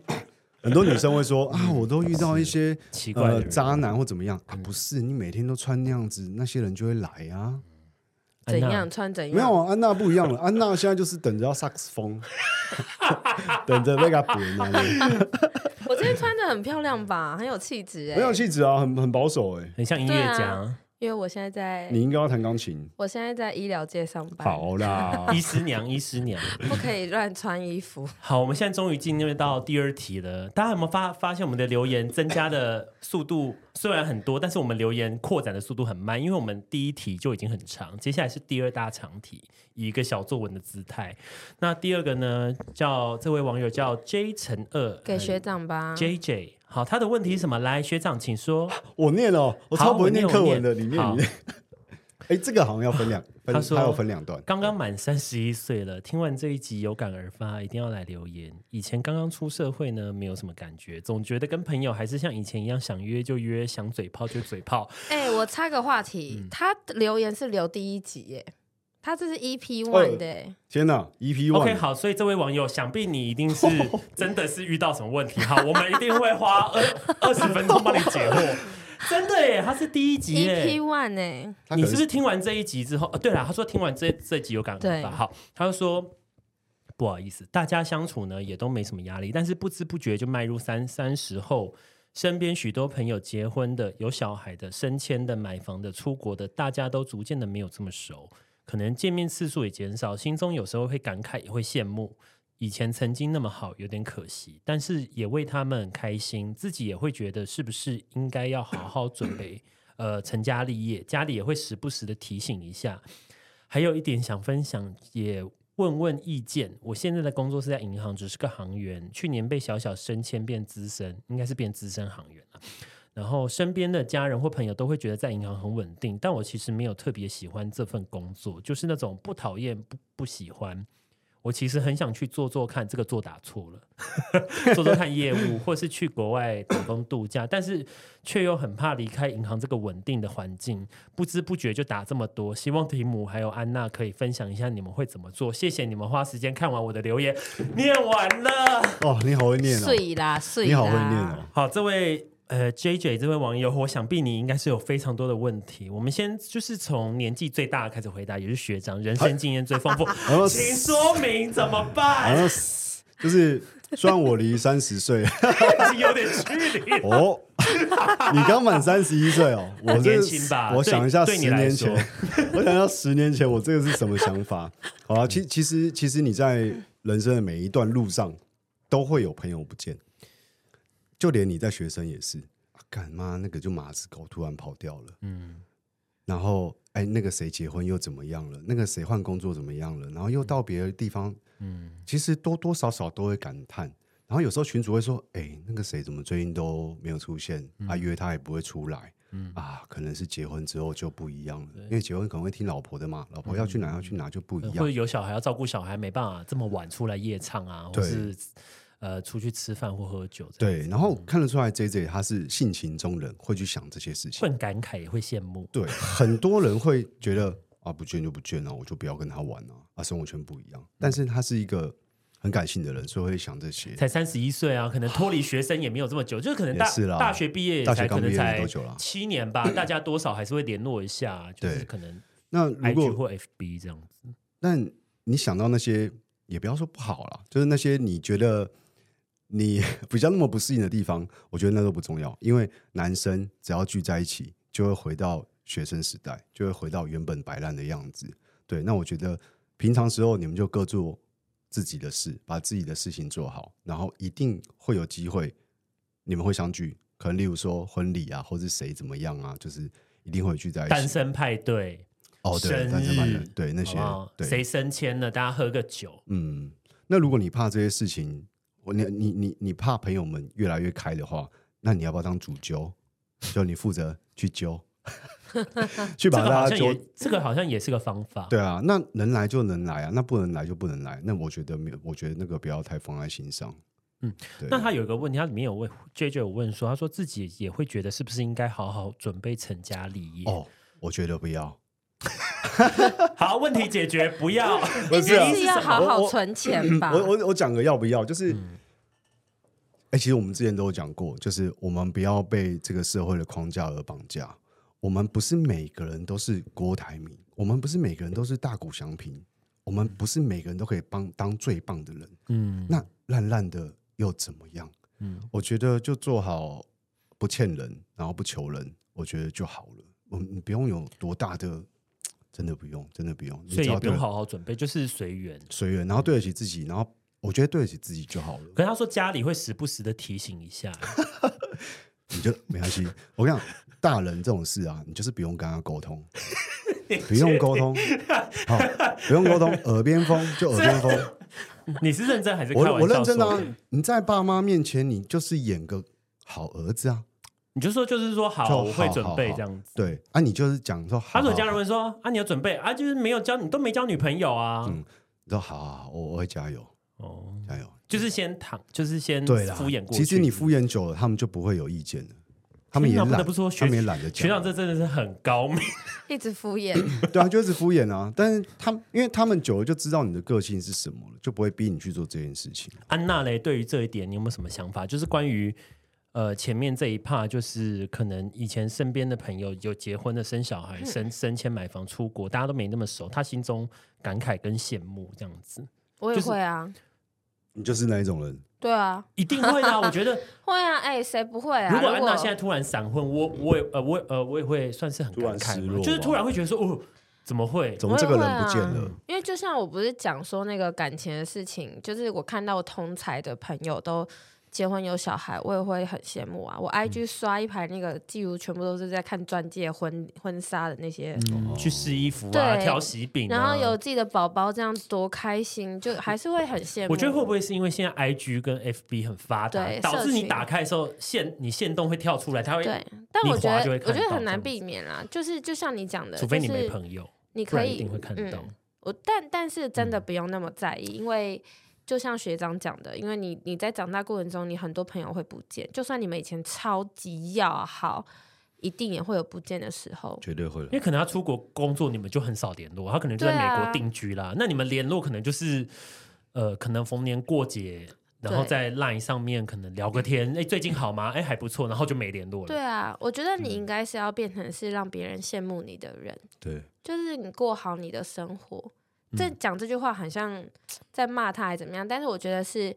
Speaker 3: 很多女生会说啊，我都遇到一些
Speaker 1: 嗯奇怪的
Speaker 3: 呃
Speaker 1: 人嗯
Speaker 3: 渣男或怎么样啊，不是你每天都穿那样子，那些人就会来啊。
Speaker 2: 怎
Speaker 1: 安娜
Speaker 2: 样穿怎
Speaker 3: 没有
Speaker 2: 样？
Speaker 3: 啊，安娜不一样了，安娜现在就是等着要萨克斯风， 等着被他扁啊，
Speaker 2: 我今天穿的很漂亮吧，很有气质诶。
Speaker 3: 很有气质啊，很很保守哎、
Speaker 1: 很像音乐
Speaker 2: 对啊
Speaker 1: 家、
Speaker 2: 因为我现在在，
Speaker 3: 你应该要弹钢琴，
Speaker 2: 我现在在医疗界上班，
Speaker 3: 好啦，
Speaker 1: 医师娘、医师娘。
Speaker 2: 不可以乱穿衣 服。
Speaker 1: 好，我们现在终于进入到第二题了。大家有没有发发现我们的留言增加的速度虽然很多，但是我们留言扩展的速度很慢，因为我们第一题就已经很长，接下来是第二大长题，以一个小作文的姿态。那第二个呢，叫这位网友叫 J 乘二，
Speaker 2: 给学
Speaker 1: 呃
Speaker 2: 长吧，
Speaker 1: J J。好，他的问题是什么？来，学长，请说。
Speaker 3: 我念哦，我
Speaker 1: 好
Speaker 3: 超不
Speaker 1: 我
Speaker 3: 会
Speaker 1: 念
Speaker 3: 念课
Speaker 1: 我念
Speaker 3: 文的，里面
Speaker 1: 好
Speaker 3: 里面， 哎，这个好像要分两，分
Speaker 1: 他说
Speaker 3: 它要分两段，
Speaker 1: 刚刚满三十一岁了，听完这一集有感而发，一定要来留言。以前刚刚出社会呢，没有什么感觉，总觉得跟朋友还是像以前一样，想约就约，想嘴炮就嘴炮。
Speaker 2: 哎、我插个话题，
Speaker 3: 嗯
Speaker 2: 他留言是留第一集耶，他这是 EP
Speaker 3: 哦
Speaker 2: one 的欸耶，
Speaker 3: 天哪，EP
Speaker 1: OK，
Speaker 3: one。
Speaker 1: 好，所以这位网友，想必你一定是真的是遇到什么问题。好，我们一定会花二二十分钟帮你解惑。 真的耶，他是第
Speaker 3: ，E
Speaker 1: 一集
Speaker 2: EP
Speaker 1: 耶。
Speaker 2: ，E one 欸呢？
Speaker 3: 他可
Speaker 1: 你
Speaker 3: 能
Speaker 1: 是不是听完这一集之后？呃对了，他说听完这这集有感而
Speaker 2: 对
Speaker 1: 发。好，他就说。不好意思，大家相处呢也都没什么压力，但是不知不觉就迈入三三十后，身边许多朋友结婚的、有小孩的、升迁的、买房的、出国的，大家都逐渐的没有这么熟，可能见面次数也减少，心中有时候会感慨，也会羡慕。以前曾经那么好，有点可惜，但是也为他们很开心，自己也会觉得是不是应该要好好准备，呃，成家立业，家里也会时不时的提醒一下，还有一点想分享，也问问意见。我现在的工作是在银行，只是个行员，去年被小小升迁变资深，应该是变资深行员了。然后身边的家人或朋友都会觉得在银行很稳定，但我其实没有特别喜欢这份工作，就是那种不讨厌不不喜欢。我我其实很想去做做看，这个做打错了， 做做看业务，或是去国外打工度假，但是却又很怕离开银行这个稳定的环境，不知不觉就打这么多。希望提姆还有安娜可以分享一下你们会怎么做。谢谢你们花时间看完我的留言，念完了。
Speaker 3: 哦，你好会念哦，
Speaker 2: 碎啦碎啦，
Speaker 3: 你好会念哦。
Speaker 1: 好，这位呃 J J 这位网友，我想必你应该是有非常多的问题。我们先就是从年纪最大的开始回答，也是学长，人生经验最丰富，
Speaker 3: 然后
Speaker 1: 请说明怎么
Speaker 3: 然
Speaker 1: 办？
Speaker 3: 后就是，虽然我离三十岁
Speaker 1: 有点距离。
Speaker 3: 哦，你刚满三十一岁哦，我
Speaker 1: 很
Speaker 3: 这
Speaker 1: 年轻吧
Speaker 3: 我
Speaker 1: 对
Speaker 3: 想一下，
Speaker 1: 对
Speaker 3: 十
Speaker 1: 你来
Speaker 3: 年
Speaker 1: 说
Speaker 3: 前， 我想要十年前我这个是什么想法？好啊，其其实其实你在人生的每一段路上都会有朋友不见，就连你在学生也是。啊干妈那个就马子狗突然跑掉了，
Speaker 1: 嗯，
Speaker 3: 然后哎那个谁结婚又怎么样了？那个谁换工作怎么样了？然后又到别的地方，嗯，其实多多少少都会感叹。然后有时候群主会说：“哎、那个谁怎么最近都没有出现？啊，约他也不会出来。啊，可能是结婚之后就不一样了，因为结婚可能会听老婆的嘛，老婆要去哪要去哪就不一
Speaker 1: 或
Speaker 3: 样
Speaker 1: 者。有小孩要照顾小孩，没办法这么晚出来夜唱啊，或
Speaker 3: 对
Speaker 1: 是呃出去吃饭或喝酒这样，
Speaker 3: 对，然后看得出来，J J 他是性情中人，会去想这些事情。
Speaker 1: 会很感慨也会羡慕。
Speaker 3: 对，很多人会觉得啊，不见就不见了、我就不要跟他玩了、啊，生活圈不一样。但是他是一个很感性的人，所以会想这些。
Speaker 1: 才三十一岁啊，可能脱离学生也没有这么久，就是可能大
Speaker 3: 也是啦
Speaker 1: 大学毕业也
Speaker 3: 大学
Speaker 1: 才
Speaker 3: 刚
Speaker 1: 可能
Speaker 3: 毕业没
Speaker 1: 才
Speaker 3: 多久啦
Speaker 1: 七年吧，大家多少还是会联络一下，就是
Speaker 3: 对
Speaker 1: 可能
Speaker 3: 那如
Speaker 1: IG
Speaker 3: 果
Speaker 1: 或 FB 这样子。
Speaker 3: 但你想到那些，也不要说不好啦，就是那些你觉得你 比较那么不适应的地方，我觉得那都不重要，因为男生只要聚在一起，就会回到学生时代，就会回到原本摆烂的样子。对，那我觉得平常时候你们就各做自己的事，把自己的事情做好，然后一定会有机会，你们会相聚。可能例如说婚礼啊，或是谁怎么样啊，就是一定会聚在一起。
Speaker 1: 单身派对，
Speaker 3: 哦，对，
Speaker 1: 生
Speaker 3: 单身班人
Speaker 1: 日，
Speaker 3: 对那
Speaker 1: 好
Speaker 3: 些
Speaker 1: 不好，
Speaker 3: 对
Speaker 1: 谁升迁了，大家喝个酒。
Speaker 3: 嗯，那如果你怕这些事情，我你你你你怕朋友们越来越开的话，那你要不要当主揪？就你负责去揪，
Speaker 1: 这
Speaker 3: 去把
Speaker 1: 个好
Speaker 3: 大家
Speaker 1: 像
Speaker 3: 揪
Speaker 1: 也，这个好像也是个方法。
Speaker 3: 对啊，那能来就能来啊，那不能来就不能来。那我觉得没有，我觉得那个不要太放在心上。
Speaker 1: 嗯，
Speaker 3: 对。
Speaker 1: 那他有一个问题，他里面有问 J J 有问说，他说自己也会觉得是不是应该好好准备成家立业？
Speaker 3: 哦，我觉得不要。
Speaker 1: 好，问题解决， 不 要
Speaker 3: 不
Speaker 2: 应
Speaker 3: 是啊
Speaker 2: 该是要好好存
Speaker 1: 嗯
Speaker 2: 钱吧？
Speaker 3: 我我我讲个要不要，就是，哎、其实我们之前都有讲过，就是我们不要被这个社会的框架而绑架。我们不是每个人都是郭台铭，我们不是每个人都是大谷翔平，我们不是每个人都可以帮当最棒的人。
Speaker 1: 嗯
Speaker 3: 那烂烂的又怎么样？
Speaker 1: 嗯
Speaker 3: 我觉得就做好不欠人，然后不求人，我觉得就好了。我们你不用有多大的，真的不用，真的不用，你
Speaker 1: 所以
Speaker 3: 只
Speaker 1: 也
Speaker 3: 要
Speaker 1: 不
Speaker 3: 对
Speaker 1: 用好好准备，就是随缘。
Speaker 3: 随缘，然后对得起自己，然后我觉得对得起自己就好了。
Speaker 1: 可是他说家里会时不时的提醒一下，
Speaker 3: 你就没关系。我跟你讲，大人这种事啊，你就是不用跟他沟通，不用沟通，好，不用沟通，耳边风就耳 边风。
Speaker 1: 你是认真还是开
Speaker 3: 我
Speaker 1: 玩笑说？
Speaker 3: 我认真的啊，你在爸妈面前，你就是演个好儿子啊，
Speaker 1: 你就说就是说好，
Speaker 3: 就好
Speaker 1: 我会准备这样子。
Speaker 3: 对啊，你就是讲说，
Speaker 1: 他
Speaker 3: 好
Speaker 1: 说
Speaker 3: 好
Speaker 1: 家人
Speaker 3: 好
Speaker 1: 们说啊，你要准备啊，就是没有交，你都没交女朋友啊。
Speaker 3: 嗯你说好好好，我我会加油
Speaker 1: 哦，
Speaker 3: 加油。
Speaker 1: 就是先躺，就是先
Speaker 3: 对啦，
Speaker 1: 嗯敷衍过去。
Speaker 3: 其实你敷衍久了，他们就不会有意见了，他们也
Speaker 1: 天哪不得
Speaker 3: 懒
Speaker 1: 不说，学
Speaker 3: 他们也懒得讲。
Speaker 1: 学长这真的是很高明。
Speaker 2: 一直敷衍，
Speaker 3: 对啊，就是敷衍啊。但是他们，因为他们久了就知道你的个性是什么了，就不会逼你去做这件事情。
Speaker 1: 安娜嘞，对于这一点你有没有什么想法？就是关于呃前面这一趴，就是可能以前身边的朋友有结婚的、生小孩、升升迁、买房、出国，大家都没那么熟，他心中感慨跟羡慕这样子，
Speaker 2: 我也
Speaker 1: 就是
Speaker 2: 会啊，
Speaker 3: 你就是那一种人，
Speaker 2: 对啊，
Speaker 1: 一定会的啊、我觉得
Speaker 2: 会啊，哎，谁不会啊？
Speaker 1: 如果安娜现在突然闪婚，我我也呃我也呃我也会算是很
Speaker 3: 突然
Speaker 1: 感慨
Speaker 3: 失
Speaker 1: 嘛，
Speaker 3: 落啊
Speaker 1: 就是突
Speaker 3: 吧
Speaker 1: 然会觉得说哦怎么会？啊
Speaker 3: 怎么这个人不见
Speaker 2: 我也
Speaker 3: 了？
Speaker 2: 因为就像我不是讲说那个感情的事情，就是我看到我同才的朋友都结婚有小孩，我也会很羡慕啊。
Speaker 1: 嗯
Speaker 2: 我 IG 刷一排那个记录，全部都是在看钻戒、婚婚纱的那些，
Speaker 1: 嗯去试衣服啊，
Speaker 2: 对
Speaker 1: 挑喜饼、啊，
Speaker 2: 然后有自己的宝宝，这样多开心，就还是会很羡慕。
Speaker 1: 我觉得会不会是因为现在 I G 跟 F B 很发达，
Speaker 2: 对
Speaker 1: 导致你
Speaker 2: 社群
Speaker 1: 打开的时候限你限动会跳出来，它会，
Speaker 2: 对，但
Speaker 1: 你
Speaker 2: 我觉
Speaker 1: 滑就
Speaker 2: 得
Speaker 1: 会
Speaker 2: 我
Speaker 1: 看
Speaker 2: 觉得
Speaker 1: 到这样
Speaker 2: 很难
Speaker 1: 子
Speaker 2: 避免啦，就是就像你讲的，
Speaker 1: 除非你
Speaker 2: 就是
Speaker 1: 没朋友，
Speaker 2: 你
Speaker 1: 不
Speaker 2: 可
Speaker 1: 然一
Speaker 2: 以
Speaker 1: 定会看到。
Speaker 2: 嗯我但但是真
Speaker 1: 嗯
Speaker 2: 的不用那么在意，因为就像学长讲的，因为你你在长大过程中，你很多朋友会不见，就算你们以前超级要好，一定也会有不见的时候。
Speaker 3: 绝对会了
Speaker 1: 因。为可能他出国工作，你们就很少联络，他可能就在
Speaker 2: 对啊
Speaker 1: 美国定居啦。那你们联络可能就是，呃，可能逢年过节，然后
Speaker 2: 对
Speaker 1: 在 LINE 上面可能聊个天，哎，最近好吗？哎，还不错，然后就没联络了。
Speaker 2: 对啊，我觉
Speaker 1: 嗯
Speaker 2: 得你应该是要变成是让别人羡慕你的人，
Speaker 3: 对，
Speaker 2: 就是你过好你的生活。这
Speaker 1: 嗯
Speaker 2: 讲这句话好像在骂他还怎么样，但是我觉得是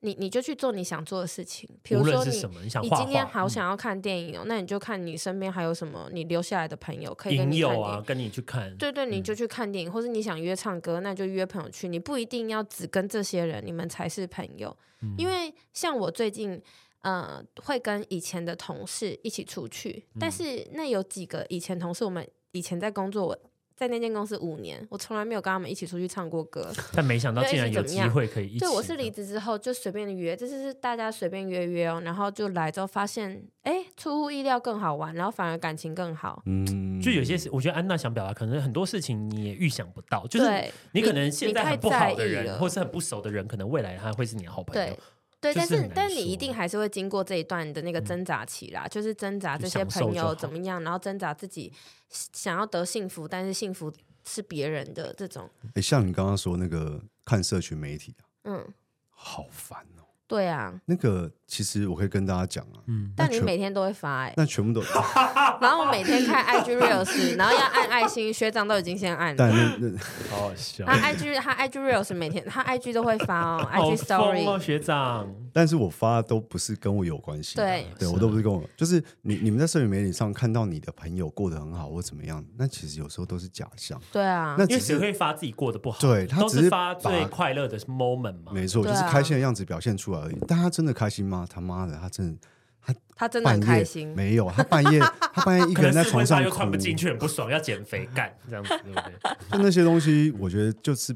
Speaker 2: 你你就去做你想做的事情，比
Speaker 1: 无
Speaker 2: 如
Speaker 1: 论
Speaker 2: 说
Speaker 1: 是
Speaker 2: 你
Speaker 1: 什么，你想
Speaker 2: 你
Speaker 1: 画
Speaker 2: 今天
Speaker 1: 画，嗯
Speaker 2: 好想要看电影哦，那你就看你身边还有什么你留下来的朋友可以跟
Speaker 1: 影
Speaker 2: 你看
Speaker 1: 友
Speaker 2: 电影。
Speaker 1: 啊，嗯跟你去看，
Speaker 2: 对对，你就去看电影，或是你想约唱歌，那就约朋友去。你不一定要只跟这些人，你们才是朋友。
Speaker 1: 嗯
Speaker 2: 因为像我最近，呃，会跟以前的同事一起出去，
Speaker 1: 嗯
Speaker 2: 但是那有几个以前同事，我们以前在工作，我在那间公司五年，我从来没有跟他们一起出去唱过歌。
Speaker 1: 但没想到
Speaker 2: 对
Speaker 1: 竟然有
Speaker 2: 是怎
Speaker 1: 机
Speaker 2: 么样
Speaker 1: 会可以一起。
Speaker 2: 对，我是离职之后就随便约，这是大家随便约约哦，然后就来之后发现，哎，出乎意料更好玩，然后反而感情更好。
Speaker 3: 嗯，
Speaker 1: 就有些事，我觉得安娜想表达，可能很多事情你也预想不到，就是
Speaker 2: 对，
Speaker 1: 你可能
Speaker 2: 你
Speaker 1: 现在
Speaker 2: 太
Speaker 1: 很不好的
Speaker 2: 在意
Speaker 1: 人，
Speaker 2: 了
Speaker 1: 或是很不熟的人，可能未来他会是你的好朋友
Speaker 2: 对。对，
Speaker 1: 就
Speaker 2: 但
Speaker 1: 是很
Speaker 2: 是
Speaker 1: 难
Speaker 2: 但你一
Speaker 1: 说啊
Speaker 2: 定还是会经过这一段的那个挣扎期啦，就是挣扎
Speaker 1: 去
Speaker 2: 这些
Speaker 1: 享受
Speaker 2: 朋
Speaker 1: 就
Speaker 2: 友
Speaker 1: 好
Speaker 2: 怎么样，然后挣扎自己想要得幸福，但是幸福是别人的这种，
Speaker 3: 哎，像你刚刚说那个看社群媒体啊，
Speaker 2: 嗯，
Speaker 3: 好烦哦。
Speaker 2: 对啊。
Speaker 3: 那个其实我可以跟大家讲啊，
Speaker 1: 嗯，
Speaker 2: 但你
Speaker 3: 全
Speaker 2: 每天都会发哎、
Speaker 3: 那全部都，
Speaker 2: 然后我每天看 IG reels，然后要按爱心，学长都已经先按了。
Speaker 3: 但那那
Speaker 1: 好好笑
Speaker 2: 他 IG 他 IG reels 每天他 IG 都会发哦
Speaker 1: 好
Speaker 2: ，IG
Speaker 1: 疯哦，
Speaker 2: story
Speaker 1: 学长。
Speaker 3: 但是我发的都不是跟我有关系的，
Speaker 2: 对
Speaker 3: 对
Speaker 1: 是
Speaker 3: 我都不是跟我，就是你你们在社群媒体上看到你的朋友过得很好或怎么样，那其实有时候都是假象，
Speaker 2: 对啊，
Speaker 3: 那
Speaker 1: 因
Speaker 3: 只
Speaker 1: 为谁
Speaker 3: 是
Speaker 1: 会发自己过得不好？
Speaker 3: 对他
Speaker 1: 都
Speaker 3: 只是
Speaker 1: 发最
Speaker 3: 把
Speaker 1: 快乐的 moment 嘛。
Speaker 3: 没错，
Speaker 2: 对
Speaker 3: 就
Speaker 2: 啊
Speaker 3: 是开心的样子表现出来而已。但他真的开心吗？他妈的，他真的
Speaker 2: 他真的
Speaker 3: 半
Speaker 2: 很
Speaker 3: 夜
Speaker 2: 开心。
Speaker 3: 没有，他半 夜他半夜一
Speaker 1: 可
Speaker 3: 个人
Speaker 1: 能
Speaker 3: 在
Speaker 1: 是
Speaker 3: 床
Speaker 1: 婚纱
Speaker 3: 上
Speaker 1: 又穿
Speaker 3: 哭，
Speaker 1: 不进
Speaker 3: 就
Speaker 1: 去，很不爽，要减肥干这样子，对不对？
Speaker 3: 那些东西，我觉得就是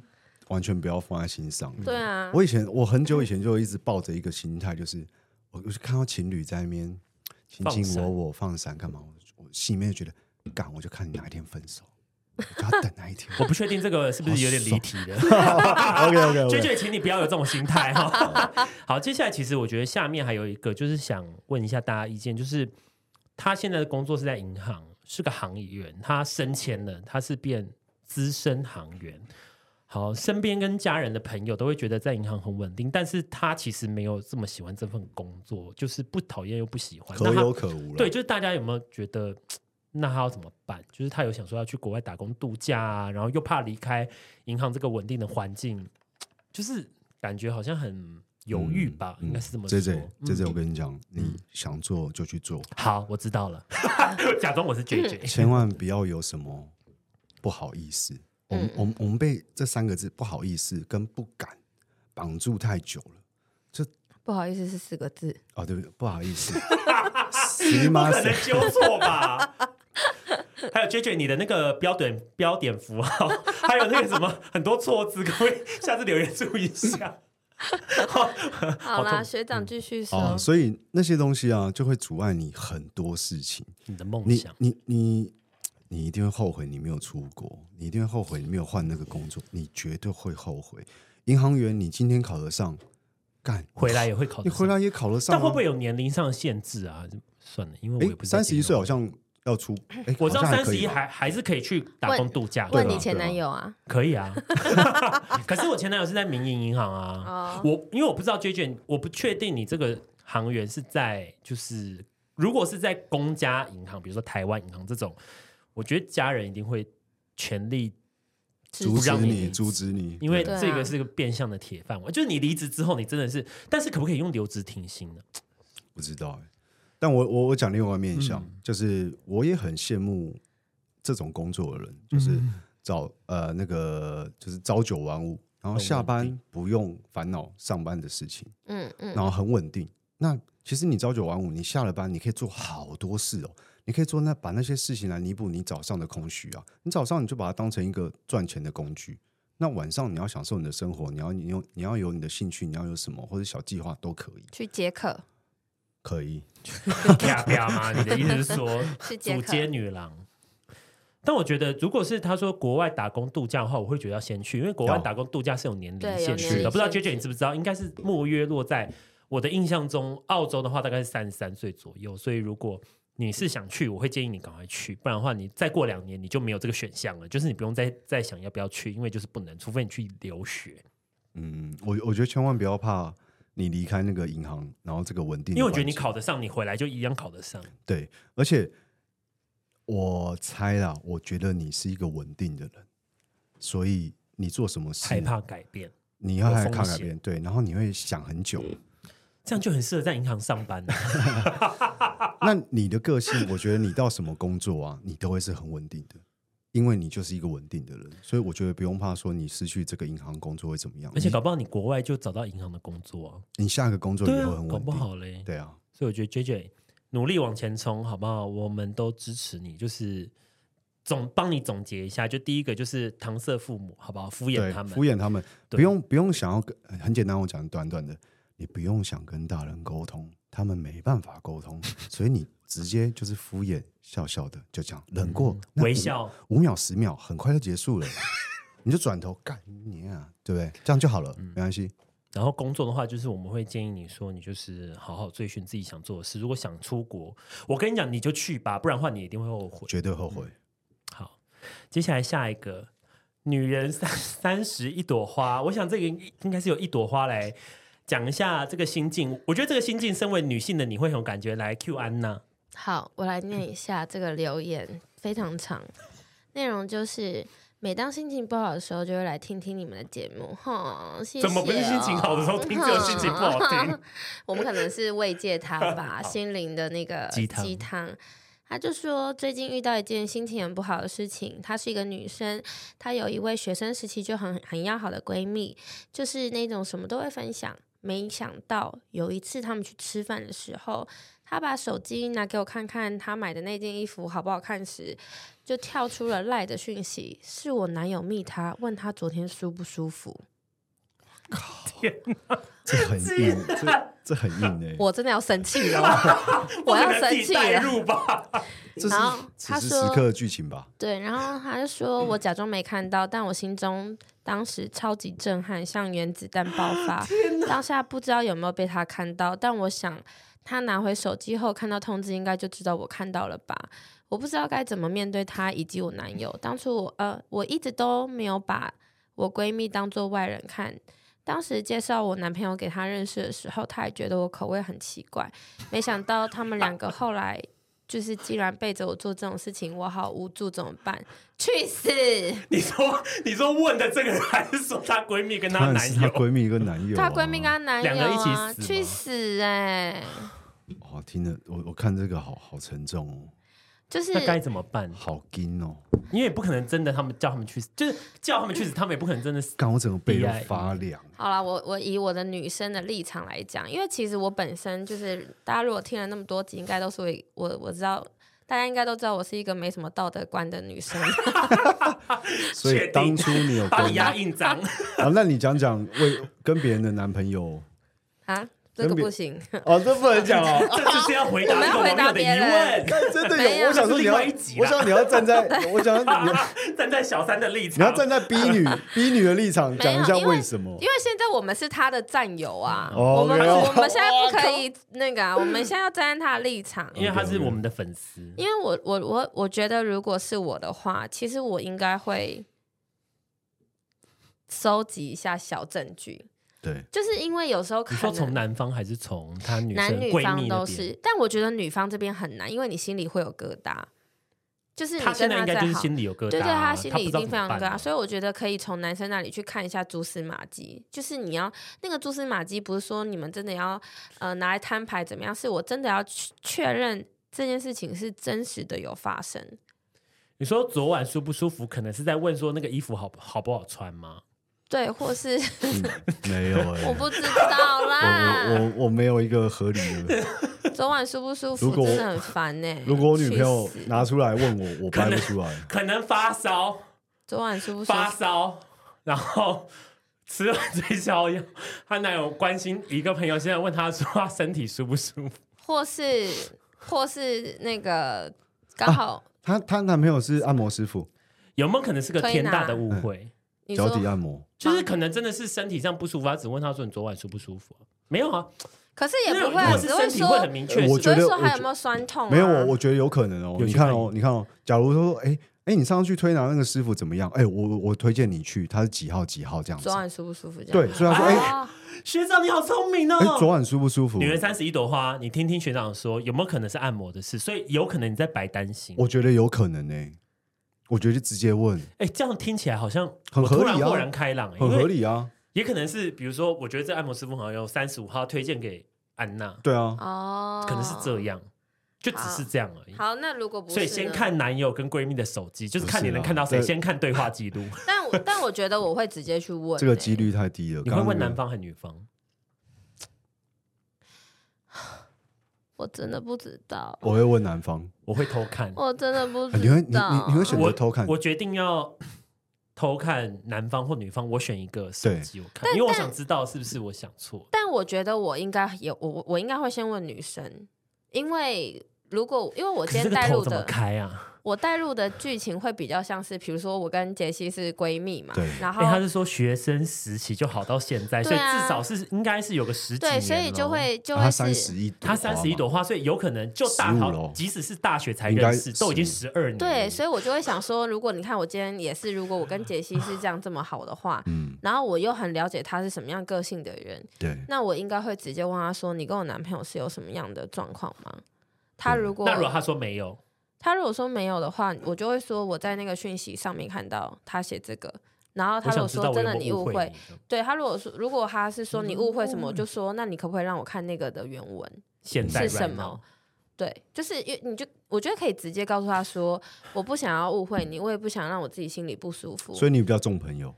Speaker 3: 完全不要放在心上。
Speaker 2: 对啊，
Speaker 3: 我以前我很久以前就一直抱着一个心态，就是我我就看到情侣在那边卿
Speaker 1: 放
Speaker 3: 卿
Speaker 1: 闪
Speaker 3: 我我放闪干嘛，我我心里面就觉得，干我就看你哪一天分手，我就要等哪一天。
Speaker 1: 我不确定这个是不是有点离题 的。
Speaker 3: OK OK
Speaker 1: 娟
Speaker 3: OK，
Speaker 1: 娟，请你不要有这种心态哈、好，接下来其实我觉得下面还有一个，就是想问一下大家意见，就是他现在的工作是在银行，是个行员，他升迁了，他是变资深行员。好，身边跟家人的朋友都会觉得在银行很稳定，但是他其实没有这么喜欢这份工作，就是不讨厌又不喜欢。
Speaker 3: 可
Speaker 1: 那他
Speaker 3: 有可无了。嗯
Speaker 1: 对，就是大家有没有觉得，那他要怎么办？就是他有想说要去国外打工度假啊，然后又怕离开银行这个稳定的环境，就是感觉好像很犹豫
Speaker 3: 嗯
Speaker 1: 吧，应该是这么说。
Speaker 3: 这这这这，
Speaker 1: 嗯
Speaker 3: 我跟你讲，你想做就去做，
Speaker 1: 好，我知 道了，假装我是 J J。
Speaker 3: 千万不要有什么不好意思。我们
Speaker 2: 嗯
Speaker 3: 我们我们被这三个字不好意思跟不敢绑住太久了
Speaker 2: 不好意思是四个字，
Speaker 3: 啊，对不对？不好意思，死妈
Speaker 1: 可
Speaker 3: 死
Speaker 1: 能纠错吧。 还有 J J，你的那个标准标点符号，还有那个什么很多错字，各位下次留言注意一 下。
Speaker 2: 好
Speaker 1: 好
Speaker 2: 啦，
Speaker 1: 痛哦
Speaker 2: 学长继续说。
Speaker 1: 嗯
Speaker 3: 啊！所以那些东西啊，就会阻碍你很多事情。
Speaker 1: 你的梦
Speaker 3: 你
Speaker 1: 想，
Speaker 3: 你你你一定会后悔你没有出国，你一定会后悔你没有换那个工作，你绝对会后悔。银行员，你今天考得上，干
Speaker 1: 回来也会考得
Speaker 3: 你
Speaker 1: 上。
Speaker 3: 回来也考得
Speaker 1: 哦
Speaker 3: 上、
Speaker 1: 但
Speaker 3: 啊，
Speaker 1: 会不会有年龄上的限制啊？算了，因为我也
Speaker 3: 哎
Speaker 1: 不，是在
Speaker 3: 三十一岁
Speaker 1: 金融
Speaker 3: 好像要出，哎，
Speaker 1: 我知道
Speaker 3: 好像
Speaker 1: 三
Speaker 3: 可
Speaker 1: 十
Speaker 3: 以
Speaker 1: 一
Speaker 3: 吧
Speaker 1: 还还是可以去打工度假，
Speaker 2: 问
Speaker 1: 对吧
Speaker 2: 你前男友啊？
Speaker 1: 可以 啊。可是我前男友是在民营银行啊，
Speaker 2: 哦，
Speaker 1: 我因为我不知道 J J，我不确定你这个行员是在就是如果是在公家银行，比如说台湾银行这种，我觉得家人一定会全力，
Speaker 2: 阻
Speaker 3: 阻止
Speaker 1: 让
Speaker 3: 你，
Speaker 1: 你
Speaker 3: 阻止你，
Speaker 1: 因为
Speaker 3: 对
Speaker 2: 啊
Speaker 1: 这个是个变相的铁饭碗，就是你离职之后，你真的是，但是可不可以用留职停薪呢？
Speaker 3: 不知道哎、但我我我讲另外一个面向，
Speaker 1: 嗯
Speaker 3: 就是我也很羡慕这种工作的人，就是
Speaker 1: 嗯
Speaker 3: 早呃那个就是朝九晚五，然后
Speaker 1: 很
Speaker 3: 下
Speaker 1: 稳
Speaker 3: 班
Speaker 1: 定
Speaker 3: 不用烦恼上班的事情，
Speaker 2: 嗯嗯，
Speaker 3: 然后很稳定。那其实你朝九晚五，你下了班你可以做好多事哦，你可以做那把那些事情来弥补你早上的空虚啊。你早上你就把它当成一个赚钱的工具，那晚上你要享受你的生活，你要你有你要有你的兴趣，你要有什么或者小计划都可以，
Speaker 2: 去解渴，
Speaker 3: 可以。
Speaker 1: 啪啪吗？你的意思是说
Speaker 2: 去解
Speaker 1: 主
Speaker 2: 渴
Speaker 1: 街女郎？但我觉得，如果是他说国外打工度假的话，我会觉得要先去，因为国外
Speaker 3: 哦
Speaker 1: 打工度假是有年
Speaker 2: 对
Speaker 1: 龄
Speaker 2: 有
Speaker 1: 限
Speaker 2: 年
Speaker 1: 制
Speaker 2: 龄
Speaker 1: 的。不知道
Speaker 2: 限
Speaker 1: JJ 你知不知道？应该是莫约落在我的印象中，澳洲的话大概是三十三岁左右。所以如果你是想去，我会建议你赶快去，不然的话，你再过两年你就没有这个选项了，就是你不用再再想要不要去，因为就是不能，除非你去留学。
Speaker 3: 嗯，我我觉得千万不要怕你离开那个银行，然后这个稳定的环境，
Speaker 1: 因为我觉得你考得上，你回来就一样考得上。
Speaker 3: 对，而且我猜啦，我觉得你是一个稳定的人，所以你做什么事
Speaker 1: 害怕改变，
Speaker 3: 你要
Speaker 1: 有
Speaker 3: 害
Speaker 1: 风
Speaker 3: 怕改
Speaker 1: 险嗯
Speaker 3: 变，对，然后你会想很久。
Speaker 1: 这样就很适合在银行上班、啊。
Speaker 3: 那你的个性，我觉得你到什么工作啊，你都会是很稳定的，因为你就是一个稳定的人，所以我觉得不用怕说你失去这个银行工作会怎么样，
Speaker 1: 而且搞不好你国外就找到银行的工作、啊，
Speaker 3: 你你下一个工作
Speaker 1: 对
Speaker 3: 也会
Speaker 1: 啊
Speaker 3: 很，
Speaker 1: 搞
Speaker 3: 稳
Speaker 1: 不
Speaker 3: 定。
Speaker 1: 好嘞。
Speaker 3: 对啊，
Speaker 1: 所以我觉得 JJ 努力往前冲，好不好？我们都支持你，就是总帮你总结一下，就第一个就是搪塞父母，好不好？敷衍
Speaker 3: 对
Speaker 1: 他，们，
Speaker 3: 敷衍他们，
Speaker 1: 对
Speaker 3: 不用不用想要跟，很简单，我讲短短的，你不用想跟大人沟通，他们没办法 沟通，所以你直接就是敷衍，笑笑的就讲，忍过，
Speaker 1: 嗯
Speaker 3: 那
Speaker 1: 微
Speaker 3: 五
Speaker 1: 笑。
Speaker 3: 五秒十秒，很快就结束了，你就转头干你啊，对不对？这样就好了，
Speaker 1: 嗯
Speaker 3: 没关系。
Speaker 1: 然后工作的话，就是我们会建议你说，你就是好好追寻自己想做的事。如果想出国，我跟你讲，你就去吧，不然的话你一定会后悔。
Speaker 3: 绝对后悔。
Speaker 1: 嗯好，接下来下一个，女人三 三十一朵花，我想这个应应该是有一朵花来讲一下这个心境。我觉得这个心境，身为女性的你会很有感觉。来，Q 安娜，
Speaker 2: 好，我来念一下这个留言，非常 长，内容就是。每当心情不好的时候，就会来听听你们的节目，哈，谢谢、
Speaker 3: 啊
Speaker 1: 怎么不是心情好的时候听只有心情不好听
Speaker 3: 嗯
Speaker 2: 哼？我们可能是慰藉他吧，心灵的那个
Speaker 1: 鸡汤
Speaker 2: 鸡汤。他就说，最近遇到一件心情很不好的事情。她是一个女生，她有一位学生时期就很很要好的闺蜜，就是那种什么都会分享。没想到有一次他们去吃饭的时候，她把手机拿给我看看她买的那件衣服好不好看时，就跳出了赖的讯息，是我男友密她，问她昨天舒不舒服。
Speaker 3: 这很硬， 这这很硬哎、
Speaker 2: 我真的要生气 了，我要生气
Speaker 1: 代
Speaker 2: 了。
Speaker 1: 入吧。
Speaker 3: 这是
Speaker 2: 然后
Speaker 3: 此
Speaker 2: 他
Speaker 3: 时
Speaker 2: 说
Speaker 3: 此刻的剧情吧？
Speaker 2: 对，然后他就说我假装没看到，但我心中当时超级震撼，像原子弹爆发。当下不知道有没有被他看到，但我想他拿回手机后看到通知，应该就知道我看到了吧。我不知道该怎么面对他以及我男友。当初我呃，我一直都没有把我闺蜜当做外人看。当时介绍我男朋友给她认识的时候，她也觉得我口味很奇怪。没想到他们两个后来就是竟然背着我做这种事情，我好无助，怎么办？去死！
Speaker 1: 你说，你说问的这个人，还是说她闺蜜跟她
Speaker 3: 当然
Speaker 1: 男
Speaker 3: 是她
Speaker 1: 友？
Speaker 3: 闺蜜跟男友、啊，
Speaker 2: 她闺蜜跟她男
Speaker 1: 两个
Speaker 2: 友
Speaker 1: 一起
Speaker 2: 啊，
Speaker 1: 死吗
Speaker 2: 去死哎、
Speaker 3: 哦，听着我我看这个好好沉重
Speaker 2: 就是
Speaker 1: 那该怎么办
Speaker 3: 哦，？好硬哦，
Speaker 1: 因为也不可能真的，他们叫他们去死，就是叫他们去死，他们也不可能真的死。
Speaker 3: 干我整个背都发凉。
Speaker 2: 好啦，我我以我的女生的立场来讲，因为其实我本身就是大家如果听了那么多集，应该都是我我我知道。大家应该都知道我是一个没什么道德观的女生，
Speaker 3: 所
Speaker 1: 确定
Speaker 3: 以当初你有
Speaker 1: 把
Speaker 3: 跟
Speaker 1: 你压印章，
Speaker 3: 啊，那你讲讲为跟别人的男朋 友
Speaker 2: 啊，这个
Speaker 3: 跟别
Speaker 2: 不行。
Speaker 3: 哦，这不能讲哦。
Speaker 1: 这就是要回答
Speaker 2: 我们要
Speaker 1: 一个
Speaker 2: 回答
Speaker 1: 网友的
Speaker 2: 别
Speaker 1: 疑
Speaker 2: 人
Speaker 1: 问。
Speaker 3: 但真的
Speaker 2: 没有
Speaker 3: 有，我想说你
Speaker 1: 这是另
Speaker 3: 要，
Speaker 1: 外一集啦
Speaker 3: 我想你要站 在，我想你要
Speaker 1: 站在小三的立
Speaker 3: 你要
Speaker 1: 场，
Speaker 3: 站在 B 女 B 女的立场
Speaker 2: 没有
Speaker 3: 讲一下
Speaker 2: 因为
Speaker 3: 为什么
Speaker 2: 因为现在我们是他的战友啊，
Speaker 3: 哦
Speaker 2: 我们
Speaker 3: OK，
Speaker 2: 我们现在不可以那个啊，我们现在要站在他的立场。
Speaker 1: 因为他是我们的粉丝。
Speaker 2: 因为我我我我觉得，如果是我的话，其实我应该会收集一下小证据，
Speaker 3: 对
Speaker 2: 就是因为有时候可
Speaker 1: 你说从
Speaker 2: 能
Speaker 1: 男方还是从她女生
Speaker 2: 男女
Speaker 1: 闺
Speaker 2: 方
Speaker 1: 蜜
Speaker 2: 都
Speaker 1: 那边？
Speaker 2: 是，但我觉得女方这边很难，因为你心里会有疙瘩，就是你
Speaker 1: 她现
Speaker 2: 跟
Speaker 1: 在应
Speaker 2: 他
Speaker 1: 该
Speaker 2: 再
Speaker 1: 就是
Speaker 2: 好。
Speaker 1: 心里有疙瘩啊，
Speaker 2: 对对，
Speaker 1: 她
Speaker 2: 他心里一定非常
Speaker 1: 疙
Speaker 2: 疙瘩，所以我觉得可以从男生那里去看一下蛛丝马迹。就是你要那个蛛丝马迹，不是说你们真的要呃拿来摊牌怎么样，是我真的要去确认这件事情是真实的有发生。
Speaker 1: 你说昨晚舒不舒服，可能是在问说那个衣服好不好不好穿吗？
Speaker 2: 对，或是
Speaker 3: 嗯没 有 哎，
Speaker 2: 我不知道
Speaker 3: 我
Speaker 2: 啦。
Speaker 3: 我我我没有一个合理的。
Speaker 2: 昨晚舒不舒
Speaker 3: 如
Speaker 2: 服
Speaker 3: 果
Speaker 2: 真的很烦呢、
Speaker 3: 如果我女朋 友
Speaker 2: 去死
Speaker 3: 拿出来问我，我掰不出来。
Speaker 1: 可能发烧，
Speaker 2: 昨晚舒不舒
Speaker 1: 发
Speaker 2: 服，
Speaker 1: 烧，然后吃了退烧药。她男友关心一个朋友，现在问她说她身体舒不舒服？
Speaker 3: 啊
Speaker 2: 或是或是那个刚好、
Speaker 3: 她她男朋友是按摩师傅，
Speaker 1: 有没有可能是个
Speaker 2: 推拿
Speaker 1: 天大的误会？
Speaker 2: 你
Speaker 3: 脚
Speaker 2: 说
Speaker 3: 底啊按摩，
Speaker 1: 就是可能真的是身体上不舒服，他只问他说你昨晚舒不舒服啊、没有啊，
Speaker 2: 可是也
Speaker 1: 没有。
Speaker 2: 不
Speaker 1: 如
Speaker 2: 会啊，
Speaker 1: 果是
Speaker 2: 只
Speaker 1: 身
Speaker 2: 会
Speaker 1: 体
Speaker 2: 说
Speaker 1: 会很明确，
Speaker 3: 我
Speaker 1: 是
Speaker 2: 只
Speaker 3: 觉得
Speaker 2: 会说还
Speaker 3: 我
Speaker 2: 有没有酸痛啊？
Speaker 3: 没有我，我觉得有可能哦。
Speaker 1: 有
Speaker 3: 你
Speaker 1: 去
Speaker 3: 看
Speaker 1: 看
Speaker 3: 哦，你看哦，假如说，哎、哎、你上次去推拿那个师傅怎么样？哎、我我推荐你去，他是几号几号这样子
Speaker 2: 昨。晚舒不舒服？这样
Speaker 3: 对，所以他说，哎、
Speaker 2: 哦
Speaker 1: 学长你好聪明
Speaker 3: 哎、
Speaker 1: 哦。
Speaker 3: 昨晚舒不舒服
Speaker 1: 女？人三十一朵花，你听听学长说，有没有可能是按摩的事？所以有可能你在白担心。
Speaker 3: 我觉得有可能呢、我觉得就直接问，
Speaker 1: 哎、这样听起来好像
Speaker 3: 很合理啊
Speaker 1: 我突然豁然开朗、欸，
Speaker 3: 很合。理啊。
Speaker 1: 也可能是比如说，我觉得这按摩师傅好像有三十五号推荐给安娜，
Speaker 3: 对啊，
Speaker 2: 哦，
Speaker 1: 可能是这样，就只是这样而已。
Speaker 2: 好，那如果不是，啊
Speaker 1: 所以先。看男友跟闺蜜的手机，就是看
Speaker 3: 不
Speaker 1: 你
Speaker 3: 是啊啦
Speaker 1: 能看到谁，
Speaker 3: 这
Speaker 1: 先看对话记录。
Speaker 2: 但我但我觉得我会直接去问、
Speaker 3: 这个
Speaker 2: 欸
Speaker 3: 几率太低了。
Speaker 1: 你 会
Speaker 3: 刚刚
Speaker 1: 问
Speaker 3: 那个
Speaker 1: 男方还是女方？
Speaker 2: 我真的不知道，
Speaker 3: 我会问男方，
Speaker 1: 我会偷看，
Speaker 2: 我真的不
Speaker 3: 啊你会
Speaker 2: 知
Speaker 3: 你
Speaker 2: 道。
Speaker 3: 你你会选择
Speaker 1: 我
Speaker 3: 偷看
Speaker 1: 我决定要 偷看男方或女方，我选一个手机我看，因为我想知道是不是我想错。
Speaker 2: 但我觉得我应该有我我我应该会先问女生，因为如果因为我
Speaker 1: 可
Speaker 2: 今
Speaker 1: 是这
Speaker 2: 天
Speaker 1: 个
Speaker 2: 带
Speaker 1: 头
Speaker 2: 入
Speaker 1: 怎么
Speaker 2: 的
Speaker 1: 开啊？
Speaker 2: 我带入的剧情会比较像是，比如说我跟杰西是闺蜜嘛
Speaker 3: 对，
Speaker 2: 然后
Speaker 1: 哎，他是说学生时期就好到现在，所以
Speaker 2: 对啊
Speaker 1: 至少是应该是有个十几年咯。
Speaker 2: 对，所以就会就
Speaker 3: 他
Speaker 2: 会是
Speaker 3: 三十一，
Speaker 1: 他三十一朵，花，所以有可能就大
Speaker 3: 15
Speaker 1: 好，
Speaker 3: 咯
Speaker 1: 即使是大学才
Speaker 3: 应该
Speaker 1: 认识，都已经十二年了。
Speaker 2: 对，所以我就会想说，如果你看我今天也是，如果我跟杰西是这样这么好的话，
Speaker 3: 嗯，
Speaker 2: 然后我又很了解他是什么样个性的人，
Speaker 3: 对，
Speaker 2: 那我应该会直接问他说：“你跟我男朋友是有什么样的状况吗？”他如果
Speaker 1: 嗯那如果他说没有，
Speaker 2: 他如果说没有的话，我就会说我在那个讯息上面看到他写这个，然后
Speaker 1: 我
Speaker 2: 他如
Speaker 1: 想
Speaker 2: 果
Speaker 1: 知道
Speaker 2: 说
Speaker 1: 我
Speaker 2: 真
Speaker 1: 有
Speaker 2: 的
Speaker 1: 没
Speaker 2: 你
Speaker 1: 有误欸
Speaker 2: 误会
Speaker 1: 你，的
Speaker 2: 对他如果说如果他是说你误会什么，我
Speaker 1: 哦
Speaker 2: 就说那你可不可以让我看那个的原文？
Speaker 1: 现在
Speaker 2: 是什么？对，就是因为你就我觉得可以直接告诉他说，我不想要误会你，我也不想让我自己心里不舒服。
Speaker 3: 所以你比较重朋友，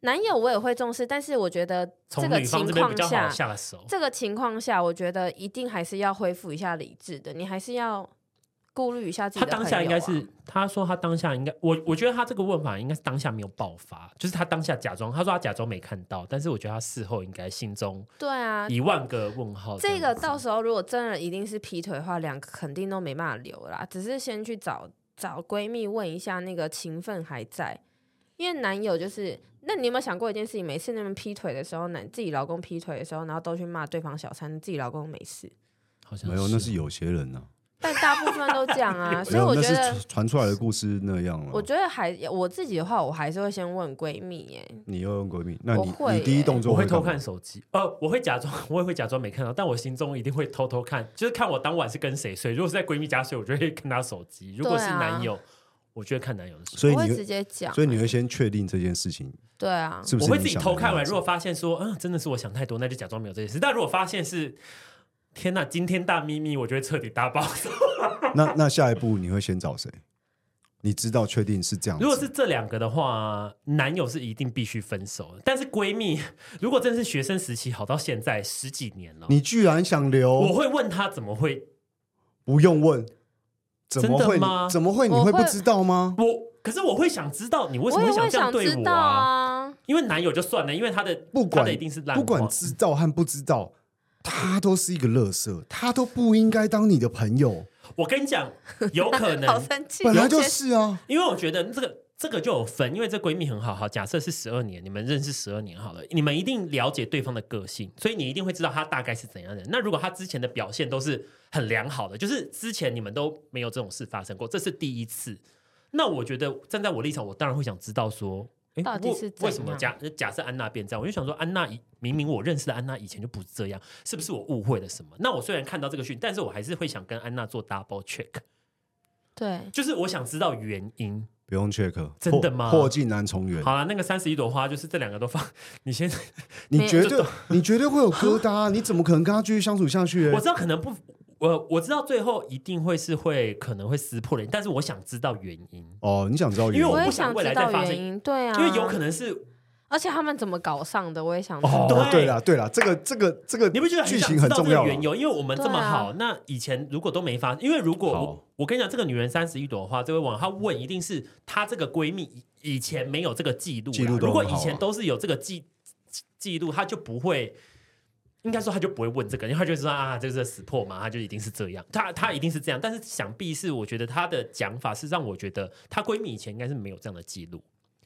Speaker 2: 男友我也会重视，但是我觉得这
Speaker 1: 从
Speaker 2: 个
Speaker 1: 女方
Speaker 2: 情
Speaker 1: 这边比
Speaker 2: 况
Speaker 1: 较好
Speaker 2: 下，
Speaker 1: 下手。
Speaker 2: 这个情况下，我觉得一定还是要恢复一下理智的，你还是要顾虑一下自己
Speaker 1: 他
Speaker 2: 的朋友
Speaker 1: 当
Speaker 2: 啊、
Speaker 1: 下应该是，他说他当下应该，我我觉得他这个问法应该是当下没有爆发，就是他当下假装，他说他假装没看到，但是我觉得他事后应该心中
Speaker 2: 对啊，
Speaker 1: 一万个问
Speaker 3: 哦
Speaker 1: 号样
Speaker 2: 这
Speaker 1: 子。
Speaker 2: 个到时候如果真的一定是劈腿的话，两个肯定都没办法留啦。只是先去找找闺蜜问一下，那个情分还在。因为男友就是，那你有没有想过一件事情？每次你们劈腿的时候，男自己老公劈腿的时候，然后都去骂对方小三，自己老公没事。
Speaker 1: 好像
Speaker 3: 没有，那是有些人呢，
Speaker 2: 但大部分都这样 啊，所
Speaker 3: 没
Speaker 2: 以
Speaker 3: 有，
Speaker 2: 我
Speaker 3: 那
Speaker 2: 觉
Speaker 3: 是
Speaker 2: 得
Speaker 3: 传，传出来的故事那样
Speaker 2: 我
Speaker 3: 了。
Speaker 2: 觉得还我自己的话，我还是会先问闺蜜耶、
Speaker 3: 你又用闺蜜，那
Speaker 2: 我
Speaker 3: 你
Speaker 2: 会
Speaker 3: 你第一
Speaker 2: 耶
Speaker 3: 动作
Speaker 1: 我会
Speaker 3: 干
Speaker 1: 偷
Speaker 3: 嘛
Speaker 1: 看手机，呃，我会假装， 我也会假装没看到，但我心中一定会偷偷看，就是看我当晚是跟谁睡。如果是在闺蜜家睡，我就会看她手机；如果是
Speaker 2: 对啊
Speaker 1: 男友，我就会看男友的手机。
Speaker 3: 所以
Speaker 2: 我会
Speaker 3: 你
Speaker 2: 直
Speaker 3: 会
Speaker 2: 接讲、啊
Speaker 3: 所以你会先确定这件事情
Speaker 2: 对啊，
Speaker 3: 是不
Speaker 1: 我
Speaker 3: 是
Speaker 1: 会
Speaker 3: 你
Speaker 1: 自己
Speaker 3: 想
Speaker 1: 偷
Speaker 3: 的
Speaker 1: 看
Speaker 3: 那
Speaker 1: 完，
Speaker 3: 样
Speaker 1: 如果发现说，嗯，真的是我想太多，那就假装没有这件事。但如果发现是天哪，今天大秘密，我就会彻底大爆炸。
Speaker 3: 那那下一步你会先找谁？你知道确定是这样子？
Speaker 1: 如果是这两个的话，男友是一定必须分手的。但是闺蜜， 如果真的是学生时期好到现在十几年了，
Speaker 3: 你居然想
Speaker 1: 我
Speaker 3: 留，
Speaker 1: 会问她怎么会
Speaker 3: 不用问，怎么
Speaker 1: 真的
Speaker 3: 会
Speaker 1: 吗
Speaker 3: 怎么会你
Speaker 2: 我
Speaker 3: 会不
Speaker 2: 会
Speaker 3: 知道吗？
Speaker 1: 我。可是我会想知道你为什
Speaker 2: 我
Speaker 1: 么
Speaker 2: 也
Speaker 1: 想
Speaker 2: 会
Speaker 1: 这样
Speaker 2: 想
Speaker 1: 对
Speaker 2: 知
Speaker 1: 我
Speaker 2: 道啊。
Speaker 1: 因为男友就算了，因为他的
Speaker 3: 不管
Speaker 1: 他的一定是烂话，
Speaker 3: 不管知道和不知道，他都是一个乐色，他都不应该当你的朋友，
Speaker 1: 我跟你讲，有可
Speaker 2: 好
Speaker 1: 能，
Speaker 2: 生气，
Speaker 3: 本来就
Speaker 2: 有些
Speaker 3: 是啊。
Speaker 1: 因为我觉得这个这个就有分，因为这闺蜜很好，好假设是十二年，你们认识十二年好了，你们一定了解对方的个性，所以你一定会知道他大概是怎样的人。那如果他之前的表现都是很良好的，就是之前你们都没有这种事发生过，这是第一次。那我觉得站在我立场，我当然会想知道说。诶
Speaker 2: 到底
Speaker 1: 我
Speaker 2: 是怎
Speaker 1: 为什么
Speaker 2: 样
Speaker 1: 假假设安娜变这样？我就想说，安娜以明明我认识的安娜以前就不是这样，是不是我误会了什么？那我虽然看到这个讯，但是我还是会想跟安娜做 double check，
Speaker 2: 对。
Speaker 1: 就是我想知道原因。
Speaker 3: 不用 check，
Speaker 1: 真的吗
Speaker 3: 破破镜难重圆，
Speaker 1: 好了，那个三十一朵花就是这两个都放。你先，
Speaker 3: 你
Speaker 2: 没
Speaker 3: 绝
Speaker 1: 就
Speaker 3: 对你绝对会有疙瘩啊，你怎么可能跟他继续相处下去
Speaker 1: 我
Speaker 3: 欸？
Speaker 1: 知道可能不，我我知道最后一定会是会可能会撕破脸，但是我想知道原因，
Speaker 3: 哦，你想知道原
Speaker 1: 因为
Speaker 2: 我
Speaker 1: 我
Speaker 2: 也
Speaker 1: 不
Speaker 2: 想
Speaker 1: 想未
Speaker 2: 知
Speaker 1: 来
Speaker 2: 道
Speaker 1: 再发生
Speaker 2: 原因，对啊，
Speaker 1: 因为有可能是
Speaker 2: 而且他们怎么搞上的，我也想知道。
Speaker 3: 哦，
Speaker 1: 对
Speaker 3: 对了对了，这个这个这个
Speaker 1: 你不觉得很
Speaker 3: 剧
Speaker 1: 想
Speaker 3: 情
Speaker 1: 知
Speaker 3: 很
Speaker 1: 道这
Speaker 3: 重
Speaker 1: 个
Speaker 3: 要啊？
Speaker 1: 缘由？因为我们这么好，那以前如果都没发生，因为如果
Speaker 3: 好
Speaker 1: 我我跟你讲，这个女人三十一朵花，这位网友她问，一定是她这个闺蜜以以前没有这个记录啦，
Speaker 3: 记录都
Speaker 1: 如果
Speaker 3: 很
Speaker 1: 以
Speaker 3: 好啊
Speaker 1: 前都是有这个记记录，她就不会。应该说他就不会问这个，因为他就知道啊，这就是死破嘛，他就一定是这样，他他一定是这样。但是想必是我觉得他的讲法是让我觉得她闺蜜以前应该是没有这样的记录，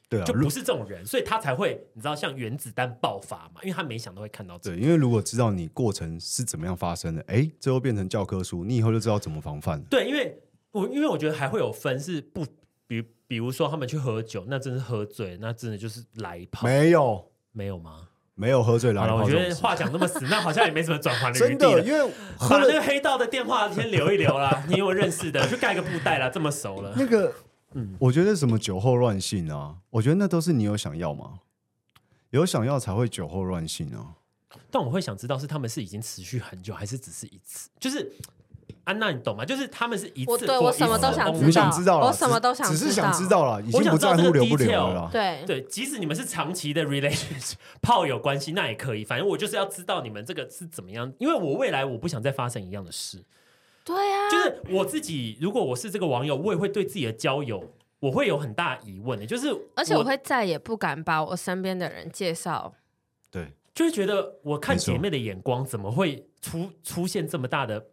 Speaker 3: 对啊
Speaker 1: 就，
Speaker 3: 如
Speaker 1: 不是这种人，所以她才会你知道像原子弹爆发嘛，因为她没想到会看到这
Speaker 3: 对，
Speaker 1: 个。
Speaker 3: 因为如果知道你过程是怎么样发生的，哎，这又变成教科书，你以后就知道怎么防范了。
Speaker 1: 对，因为我因为我觉得还会有分是不，比如比如说他们去喝酒，那真是喝醉，那真的就是来一炮，
Speaker 3: 没有，
Speaker 1: 没有吗？
Speaker 3: 没有喝醉
Speaker 1: 好
Speaker 3: 来
Speaker 1: 了，
Speaker 3: 泡
Speaker 1: 我觉
Speaker 3: 这
Speaker 1: 得
Speaker 3: 种事
Speaker 1: 话讲那么死，那好像也没什么转圜的余
Speaker 3: 真
Speaker 1: 地
Speaker 3: 的，
Speaker 1: 了。
Speaker 3: 因为喝
Speaker 1: 把那个
Speaker 3: 了
Speaker 1: 黑道的电话先留一留啦，你有认识的去盖个布袋啦，这么熟了。
Speaker 3: 那个，
Speaker 1: 嗯
Speaker 3: 我觉得什么酒后乱性啊，我觉得那都是你有想要吗？有想要才会酒后乱性啊。
Speaker 1: 但我会想知道是他们是已经持续很久，还是只是一次？就是安娜，你懂吗？就是他们是一次
Speaker 2: 我对
Speaker 1: 或
Speaker 2: 我
Speaker 1: 一
Speaker 2: 什么
Speaker 1: 次
Speaker 2: 都想
Speaker 1: 哦
Speaker 2: 知
Speaker 3: 我
Speaker 2: 道
Speaker 3: 们想知道了，
Speaker 2: 我什么都想
Speaker 3: 只只是
Speaker 2: 知道
Speaker 3: 想知道了，已经
Speaker 1: 我想
Speaker 3: 不
Speaker 1: 知道
Speaker 3: 在
Speaker 1: 这
Speaker 3: 乎
Speaker 1: 个
Speaker 3: 留不留
Speaker 1: detail
Speaker 3: 了啦。
Speaker 2: 对，
Speaker 1: 对，即使你们是长期的 relationship 炮友关系，那也可以。反正我就是要知道你们这个是怎么样，因为我未来我不想再发生一样的事。
Speaker 2: 对啊，
Speaker 1: 就是我自己，如果我是这个网友，我也会对自己的交友，我会有很大疑问的。就是，
Speaker 2: 而且我会再也不敢把我身边的人介绍。
Speaker 3: 对，
Speaker 1: 就会觉得，我看
Speaker 3: 没错
Speaker 1: 姐妹的眼光怎么会出出现这么大的，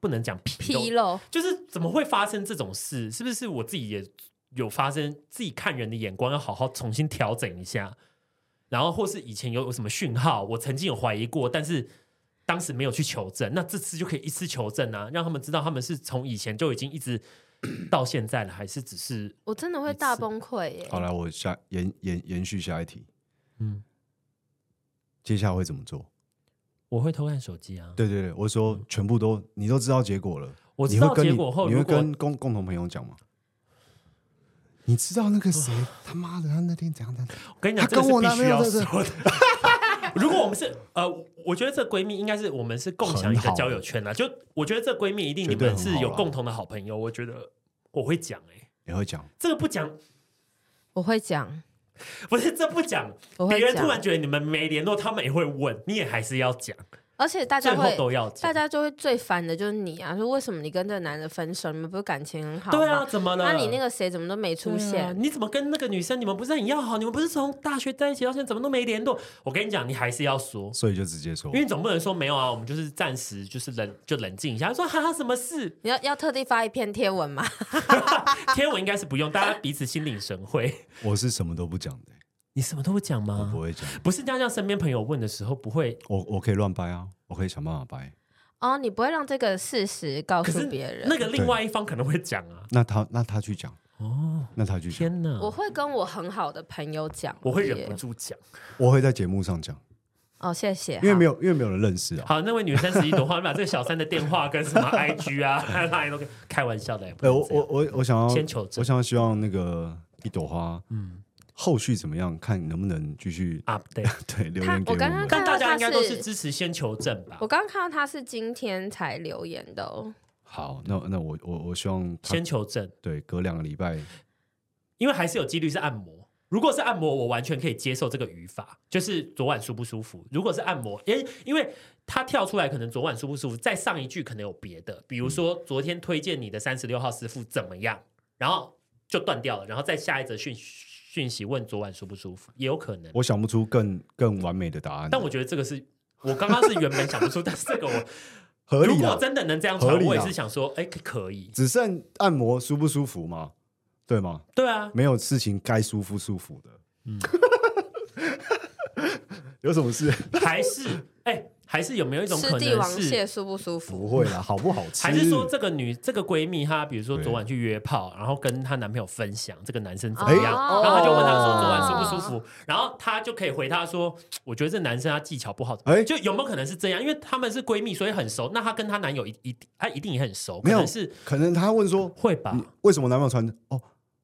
Speaker 1: 不能讲纰漏
Speaker 2: 纰漏，
Speaker 1: 就是怎么会发生这种事？是不是我自己也有发生？自己看人的眼光要好好重新调整一下，然后或是以前有有什么讯号，我曾经有怀疑过，但是当时没有去求证，那这次就可以一次求证啊，让他们知道他们是从以前就已经一直到现在了，还是只是
Speaker 2: 我真的会大崩溃耶！
Speaker 1: 哦
Speaker 3: 好来，我下延延延续下一题，
Speaker 1: 嗯，
Speaker 3: 接下来会怎么做？
Speaker 1: 我会偷看手机啊？，
Speaker 3: 对对对，我说全部都你都知道结果了，
Speaker 1: 我
Speaker 3: 你
Speaker 1: 知
Speaker 3: 会
Speaker 1: 道
Speaker 3: 跟
Speaker 1: 结
Speaker 3: 你
Speaker 1: 果后，
Speaker 3: 你会
Speaker 1: 如果
Speaker 3: 跟共共同朋友讲吗？你知道那个谁他妈的，他那天怎样怎样？
Speaker 1: 我跟你讲，
Speaker 3: 她
Speaker 1: 这个
Speaker 3: 跟
Speaker 1: 是
Speaker 3: 我
Speaker 1: 必
Speaker 3: 男
Speaker 1: 须
Speaker 3: 朋友
Speaker 1: 要
Speaker 3: 在这
Speaker 1: 说的。 如果我们是呃，我觉得这闺蜜应该是我们是共享一
Speaker 3: 很
Speaker 1: 个
Speaker 3: 好
Speaker 1: 交友圈啦。啊就我觉得这闺蜜一定你
Speaker 3: 绝对
Speaker 1: 们
Speaker 3: 很
Speaker 1: 是
Speaker 3: 好
Speaker 1: 有
Speaker 3: 啦
Speaker 1: 共同的好朋友，我觉得我会讲哎、
Speaker 3: 也会讲，
Speaker 1: 这个不讲
Speaker 2: 我会讲，
Speaker 1: 不是这不讲，
Speaker 2: 我
Speaker 1: 别
Speaker 2: 会
Speaker 1: 人
Speaker 2: 讲
Speaker 1: 突，然觉得你们没联络，他们也会问，你也还是要讲，
Speaker 2: 而且大家
Speaker 1: 最后
Speaker 2: 会，
Speaker 1: 都要讲
Speaker 2: 大。家就会最烦的就是你啊！说为什么你跟这个男的分手？你们不是感情很好吗？
Speaker 1: 对啊，怎么了？
Speaker 2: 那你那个谁怎么都没出
Speaker 1: 对啊
Speaker 2: 现？
Speaker 1: 你怎么跟那个女生？你们不是很要好？你们不是从大学在一起到现在，怎么都没联络？我跟你讲，你还是要说，
Speaker 3: 所以就直接说
Speaker 1: 因为，你总不能说没有啊，我们就是暂时就是冷就冷静一下，说哈哈什么事？
Speaker 2: 你要要特地发一篇贴文吗？啊
Speaker 1: 天文应该是不用，大家彼此心领神 会。
Speaker 3: 我是什么都不讲的，
Speaker 1: 你什么都不讲
Speaker 3: 我
Speaker 1: 吗
Speaker 3: 不？会讲，
Speaker 1: 不是这样，让身边朋友问的时候不会。
Speaker 3: 我我可以乱掰啊，我可以想办法掰。
Speaker 2: 哦，你不会让这个事实告
Speaker 1: 可
Speaker 2: 诉
Speaker 1: 是
Speaker 2: 别人？
Speaker 1: 那个另外一方可能会讲啊。
Speaker 3: 那他那他去讲，
Speaker 1: 哦，
Speaker 3: 那他去讲，
Speaker 1: 天哪！
Speaker 2: 我会跟我很好的朋友讲耶，
Speaker 1: 我会忍不住讲。
Speaker 3: 我会在节目上讲，
Speaker 2: 哦，谢谢。
Speaker 3: 因为没
Speaker 2: 有
Speaker 3: 有因为没有人认识啊。
Speaker 1: 好，那位女生十一朵花，你把这个小三的电话跟什 么 IG 啊、Line 都给开玩笑的，也不
Speaker 3: 呃，
Speaker 1: 能
Speaker 3: 我
Speaker 1: 这样
Speaker 3: 我我我想要
Speaker 1: 先求证
Speaker 3: 我想要希望那个一朵花，嗯，后续怎么样，看能不能继续
Speaker 1: update。
Speaker 3: 对留
Speaker 2: 他
Speaker 3: 言给
Speaker 2: 我刚
Speaker 3: 们
Speaker 2: 刚
Speaker 1: 啊但大家应该都
Speaker 2: 看到他
Speaker 1: 是
Speaker 2: 是
Speaker 1: 支持先求证吧
Speaker 2: 我？刚刚看到他是今天才留言的哦。
Speaker 3: 好，那那我我我希望他
Speaker 1: 先求证，
Speaker 3: 对隔两个礼拜，
Speaker 1: 因为还是有几率是按摩。如果是按摩，我完全可以接受这个语法，就是昨晚舒不舒服。如果是按摩，因为因为它跳出来可能昨晚舒不舒服，再上一句可能有别的，比如说昨天推荐你的三十六号师傅怎么样，然后就断掉了，然后再下一则讯讯息问昨晚舒不舒服，也有可能。
Speaker 3: 我想不出更更完美的答案，
Speaker 1: 但我觉得这个是我刚刚是原本想不出，但是这个我
Speaker 3: 合
Speaker 1: 如
Speaker 3: 理
Speaker 1: 果
Speaker 3: 啊，
Speaker 1: 真的能这样
Speaker 3: 合
Speaker 1: 传，
Speaker 3: 理啦
Speaker 1: 我也是想说，哎，可可以，
Speaker 3: 只剩按摩舒不舒服嘛，对吗？
Speaker 1: 对啊，
Speaker 3: 没有事情该舒服舒服的，嗯， 有什么事
Speaker 1: 还是哎，还是有没有一种
Speaker 2: 吃
Speaker 1: 可
Speaker 2: 帝
Speaker 1: 能
Speaker 2: 王
Speaker 1: 是
Speaker 2: 蟹舒不舒
Speaker 3: 不
Speaker 2: 服？
Speaker 3: 会啦，好不好吃？
Speaker 1: 还是说这个女这个闺蜜她，比如说
Speaker 3: 对
Speaker 1: 昨晚去约炮，然后跟她男朋友分享这个男生怎么
Speaker 3: 哎
Speaker 1: 样，然后她就问他说
Speaker 3: 哦
Speaker 1: 昨晚舒不舒服，然后她就可以回她说，我觉得这男生他技巧不好，
Speaker 3: 哎
Speaker 1: 就有没有可能是这样？因为她们是闺蜜，所以很熟。那她跟她男友一一她一定也很熟，
Speaker 3: 没有嗯
Speaker 1: 可能是
Speaker 3: 可能他问说
Speaker 1: 会吧
Speaker 3: 你？为什么男朋友传哦？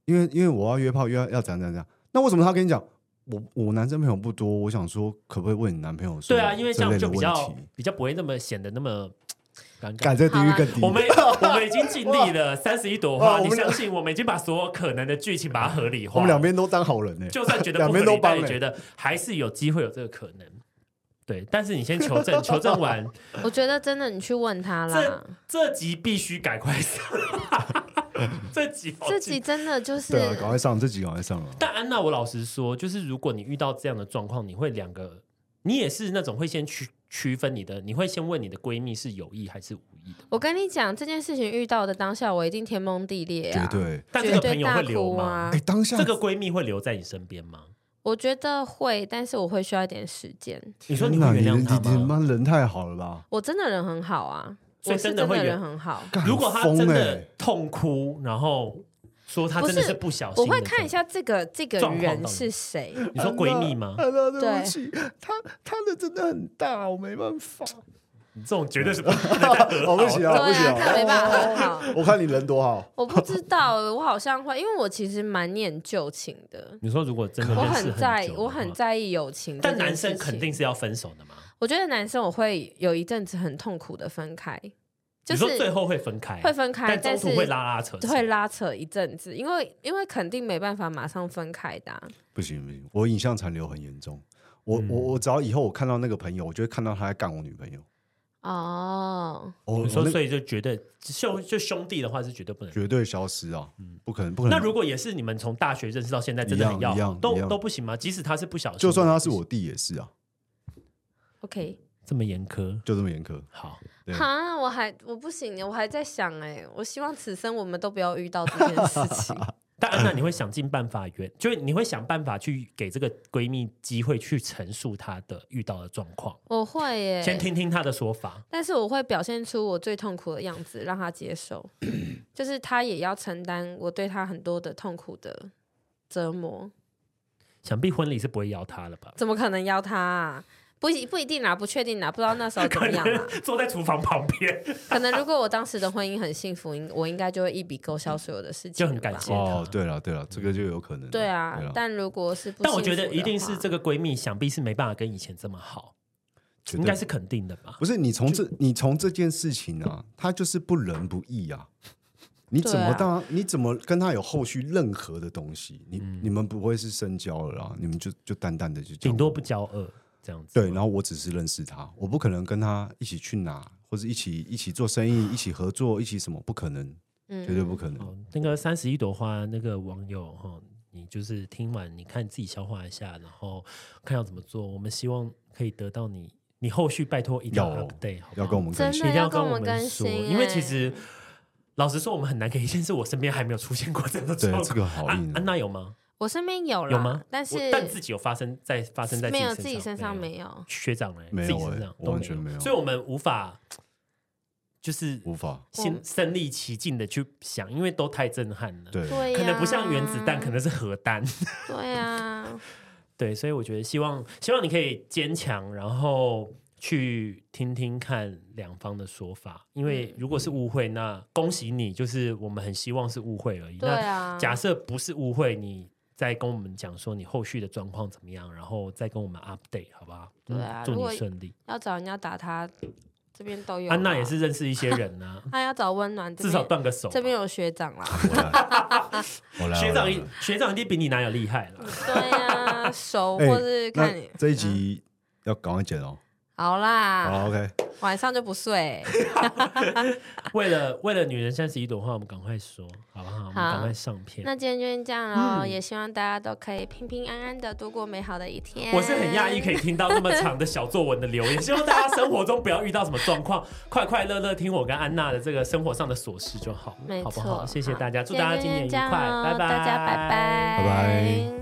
Speaker 3: 因为因为我要约炮，约要要怎样怎样怎样。那为什么他跟你讲我我男生朋友不多？我想说，可不可以问你男朋友说？
Speaker 1: 对啊，因为这样
Speaker 3: 类的
Speaker 1: 就比较
Speaker 3: 问题
Speaker 1: 比较不会那么显得那么尴尬
Speaker 3: 改。这地狱更低。
Speaker 1: 我们我们已经尽力了，三十一朵花，
Speaker 3: 哇我
Speaker 1: 你
Speaker 3: 们俩
Speaker 1: 相信我们已经把所有可能的剧情把它合理化。
Speaker 3: 我们两边都当好人呢、
Speaker 1: 就算觉得
Speaker 3: 两
Speaker 1: 不合
Speaker 3: 边
Speaker 1: 理，但
Speaker 3: 都帮
Speaker 1: 也
Speaker 3: 欸
Speaker 1: 觉得还是有机会有这个可能。对，但是你先求证，求证完
Speaker 2: 我觉得真的，你去问他啦。
Speaker 1: 嗯这集必须改快上， 这集好
Speaker 2: 自
Speaker 1: 紧
Speaker 2: 己真的就是
Speaker 3: 对啊，赶快上这集，赶快上啊！
Speaker 1: 但安娜，我老实说，就是如果你遇到这样的状况，你会两个你也是那种会先区区分你的，你会先问你的闺蜜是有意还是无意的。
Speaker 2: 我跟你讲这件事情遇到的当下，我一定天崩地裂
Speaker 3: 绝
Speaker 2: 啊！
Speaker 3: 对。
Speaker 1: 但这
Speaker 2: 绝
Speaker 1: 个
Speaker 2: 对
Speaker 1: 朋友
Speaker 2: 大
Speaker 1: 会留
Speaker 2: 哭
Speaker 1: 吗
Speaker 2: 啊？
Speaker 3: 哎，当下
Speaker 1: 这个闺蜜会留在你身边吗？
Speaker 2: 我觉得会，但是我会需要一点时间。
Speaker 1: 你说你
Speaker 3: 天哪
Speaker 1: 会原谅
Speaker 3: 你
Speaker 1: 她
Speaker 3: 你你
Speaker 1: 吗？
Speaker 3: 妈人太好了吧？
Speaker 2: 我真的人很好啊，
Speaker 1: 所以
Speaker 2: 我是
Speaker 1: 真的
Speaker 2: 真
Speaker 1: 会
Speaker 2: 的
Speaker 1: 有
Speaker 2: 人很好。
Speaker 3: 干
Speaker 1: 如果她
Speaker 3: 疯
Speaker 1: 真
Speaker 3: 欸
Speaker 1: 的痛哭，然后说她
Speaker 2: 不
Speaker 1: 真的
Speaker 2: 是
Speaker 1: 是不小心，
Speaker 2: 我会看一。下这个这个
Speaker 1: 状况
Speaker 2: 人
Speaker 1: 到底
Speaker 2: 是谁，
Speaker 1: 你说闺蜜吗？
Speaker 3: 安娜，安娜对不
Speaker 2: 对
Speaker 3: 起，她她的真的很大，我没办 法。
Speaker 1: 你这种绝对是不 可能再和
Speaker 3: 哦，
Speaker 1: 好
Speaker 3: 不行
Speaker 2: 对
Speaker 3: 啊，不行
Speaker 2: 啊，他没办法
Speaker 3: 啊！
Speaker 2: 很好。
Speaker 3: 我看你人多好，
Speaker 2: 我不知道，我好像会，因为我其实蛮念旧情的，
Speaker 1: 你说如果真的
Speaker 2: 我
Speaker 1: 认识
Speaker 2: 很在
Speaker 1: 久的
Speaker 2: 我
Speaker 1: 话
Speaker 2: 很，在意友情。
Speaker 1: 但男生肯，定是要分手的嘛。
Speaker 2: 我觉得男生我会有一阵子很痛苦的分开，
Speaker 1: 你
Speaker 2: 就
Speaker 1: 说最
Speaker 2: 是
Speaker 1: 后会分开，啊
Speaker 2: 会分开，
Speaker 1: 但
Speaker 2: 但
Speaker 1: 中
Speaker 2: 是
Speaker 1: 途会拉拉扯扯，
Speaker 2: 会拉扯一阵子，因为因为肯定没办法马上分开的啊、
Speaker 3: 不行不行，我影像残留很严重。我
Speaker 1: 嗯
Speaker 3: 我我只要以后我看到那个朋友，我就会看到他在干我女朋友。
Speaker 2: 哦，
Speaker 3: 我
Speaker 1: 你
Speaker 3: 我
Speaker 1: 说，
Speaker 3: 那
Speaker 1: 所以就绝对兄就兄弟的话是绝对不能。
Speaker 3: 绝对消失啊！不可能不可
Speaker 1: 嗯那
Speaker 3: 能。
Speaker 1: 如果也是你们从大学认识到现在，真的很
Speaker 3: 一
Speaker 1: 要
Speaker 3: 样一
Speaker 1: 好，
Speaker 3: 样一
Speaker 1: 都
Speaker 3: 样
Speaker 1: 都不行吗？即使他是不小心的，
Speaker 3: 就算他是
Speaker 1: 不
Speaker 3: 我
Speaker 1: 行
Speaker 3: 弟也是啊，
Speaker 2: OK，
Speaker 1: 这么严苛，
Speaker 3: 就这么严苛。
Speaker 1: 好，
Speaker 3: 对
Speaker 2: 哈，我还我不行，我还在想哎、我希望此生我们都不要遇到这件事 情。
Speaker 1: 但安娜你会想尽办法圆，就是你会想办法去给这个闺蜜机会去陈述她的遇到的状况，
Speaker 2: 我会耶、
Speaker 1: 先听听她的说法。
Speaker 2: 但是我会表现出我最痛苦的样子，让他接受， 就是他也要承担我对他很多的痛苦的折磨。
Speaker 1: 想必婚礼是不会邀她了吧？
Speaker 2: 怎么可能要他、啊？不一不一定啦，不确定啦，不知道那时候 怎
Speaker 1: 可
Speaker 2: 么样啊啦。
Speaker 1: 能坐在厨房旁边，
Speaker 2: 可能如果我当时的婚姻很幸福，应我应该就会一笔勾销所有的事情
Speaker 1: 就
Speaker 2: 了吧，
Speaker 1: 很感谢
Speaker 3: 哦
Speaker 1: 他，
Speaker 3: 对了对了，这个就有可能了。
Speaker 2: 对啊，
Speaker 3: 了
Speaker 2: 但如果是不幸福的
Speaker 1: 但
Speaker 2: 话，
Speaker 1: 我觉得一定是这个闺蜜，想必是没办法跟以前这么好，
Speaker 3: 绝
Speaker 1: 应
Speaker 3: 对
Speaker 1: 该是肯定的吧
Speaker 3: 不？是你从这你从这件事情啊，他就是不仁不义啊！你怎么
Speaker 2: 对啊
Speaker 3: 当、你怎么跟他有后续任何的东西？你、你们不会是深交了啦，你们就就淡淡的就交
Speaker 1: 顶多不交恶这样子。
Speaker 3: 对。然后我只是认识他，我不可能跟他一起去哪，或者一起一起做生意，一起合作，一起什么？不可能，绝对
Speaker 2: 嗯，
Speaker 3: 不可能。
Speaker 1: 哦，那个三十一朵花那个网友哈、哦，你就是听完，你看自己消化一下，然后看要怎么做。我们希望可以得到你，你后续拜托一定
Speaker 3: 要
Speaker 1: update，好不
Speaker 3: 要
Speaker 1: 好
Speaker 3: 跟我们更
Speaker 2: 真
Speaker 3: 新，
Speaker 1: 一
Speaker 2: 的
Speaker 1: 定要
Speaker 2: 跟
Speaker 1: 我
Speaker 2: 们更
Speaker 1: 说，
Speaker 2: 新欸，
Speaker 1: 因为其实老实说，我们很难给意见，是我身边还没有出现过这样的状
Speaker 3: 对
Speaker 1: 况。
Speaker 3: 这个好
Speaker 1: 安
Speaker 3: 硬、
Speaker 1: 安
Speaker 3: 啊。
Speaker 1: 娜有吗？
Speaker 2: 我身边有啦，
Speaker 1: 有吗？
Speaker 2: 但
Speaker 1: 我
Speaker 2: 是
Speaker 1: 但自己有发生在发生在
Speaker 2: 没有
Speaker 1: 自
Speaker 2: 自
Speaker 1: 己
Speaker 2: 己身上
Speaker 1: 没有。
Speaker 2: 没有。
Speaker 1: 啊学长哎、欸，
Speaker 3: 没有
Speaker 1: 自己
Speaker 3: 欸
Speaker 1: 身上
Speaker 3: 我
Speaker 1: 都
Speaker 3: 完全没有
Speaker 1: 所以我们无法就是
Speaker 3: 无法，
Speaker 1: 心身临其境的去想，因为都太震撼了。，
Speaker 3: 对，
Speaker 2: 对呀、
Speaker 1: 可能不像原子弹，可能是核弹。
Speaker 2: 对啊，
Speaker 1: 对，所以我觉得希望希望你可以坚强，然后去听听看两方的说法，因
Speaker 2: 嗯
Speaker 1: 为如果是误会，那恭喜你，就是我们很希望是误会而已。
Speaker 2: 对
Speaker 1: 那
Speaker 2: 啊，
Speaker 1: 假设不是误会，你。再跟我们讲说你后续的状况怎么样，然后再跟我们 update 好不好？
Speaker 2: 对
Speaker 1: 嗯
Speaker 2: 啊
Speaker 1: 祝
Speaker 2: 如果
Speaker 1: 你顺利。
Speaker 2: 要找人家打他，这边都有。
Speaker 1: 安娜也是，认识一些人呢、
Speaker 2: 他要找温暖， 这
Speaker 1: 至少
Speaker 2: 边
Speaker 1: 断个手吧。
Speaker 2: 这边有学长 啦，
Speaker 3: 我来，我来，
Speaker 1: 学
Speaker 3: 我
Speaker 1: 长
Speaker 3: 来
Speaker 1: 一学长一定比你男友厉害 了。
Speaker 2: 对啊，熟
Speaker 3: 哎
Speaker 2: 或是看你
Speaker 3: 那这一集要赶快剪哦。
Speaker 2: 好啦，
Speaker 3: 好，OK，
Speaker 2: 晚上就不 睡。
Speaker 1: 为了为了女人三十一朵花，我们赶快说好不好？我们
Speaker 2: 好
Speaker 1: 赶快上片。
Speaker 2: 那今天就先这样
Speaker 3: 嗯
Speaker 2: 喽，也希望大家都可以平平安安的度过美好的一天。
Speaker 1: 我是很讶异可以听到那么长的小作文的留言，希望大家生活中不要遇到什么状况，快快乐乐听我跟安娜的这个生活上的琐事就好，
Speaker 2: 没
Speaker 1: 好
Speaker 2: 错，
Speaker 1: 不好？谢谢大家，祝
Speaker 2: 今
Speaker 1: 大家
Speaker 2: 天
Speaker 1: 今
Speaker 2: 就
Speaker 1: 年愉
Speaker 2: 这样
Speaker 1: 快，
Speaker 2: 咯
Speaker 1: 拜拜，
Speaker 2: 大家拜拜，
Speaker 3: 拜拜。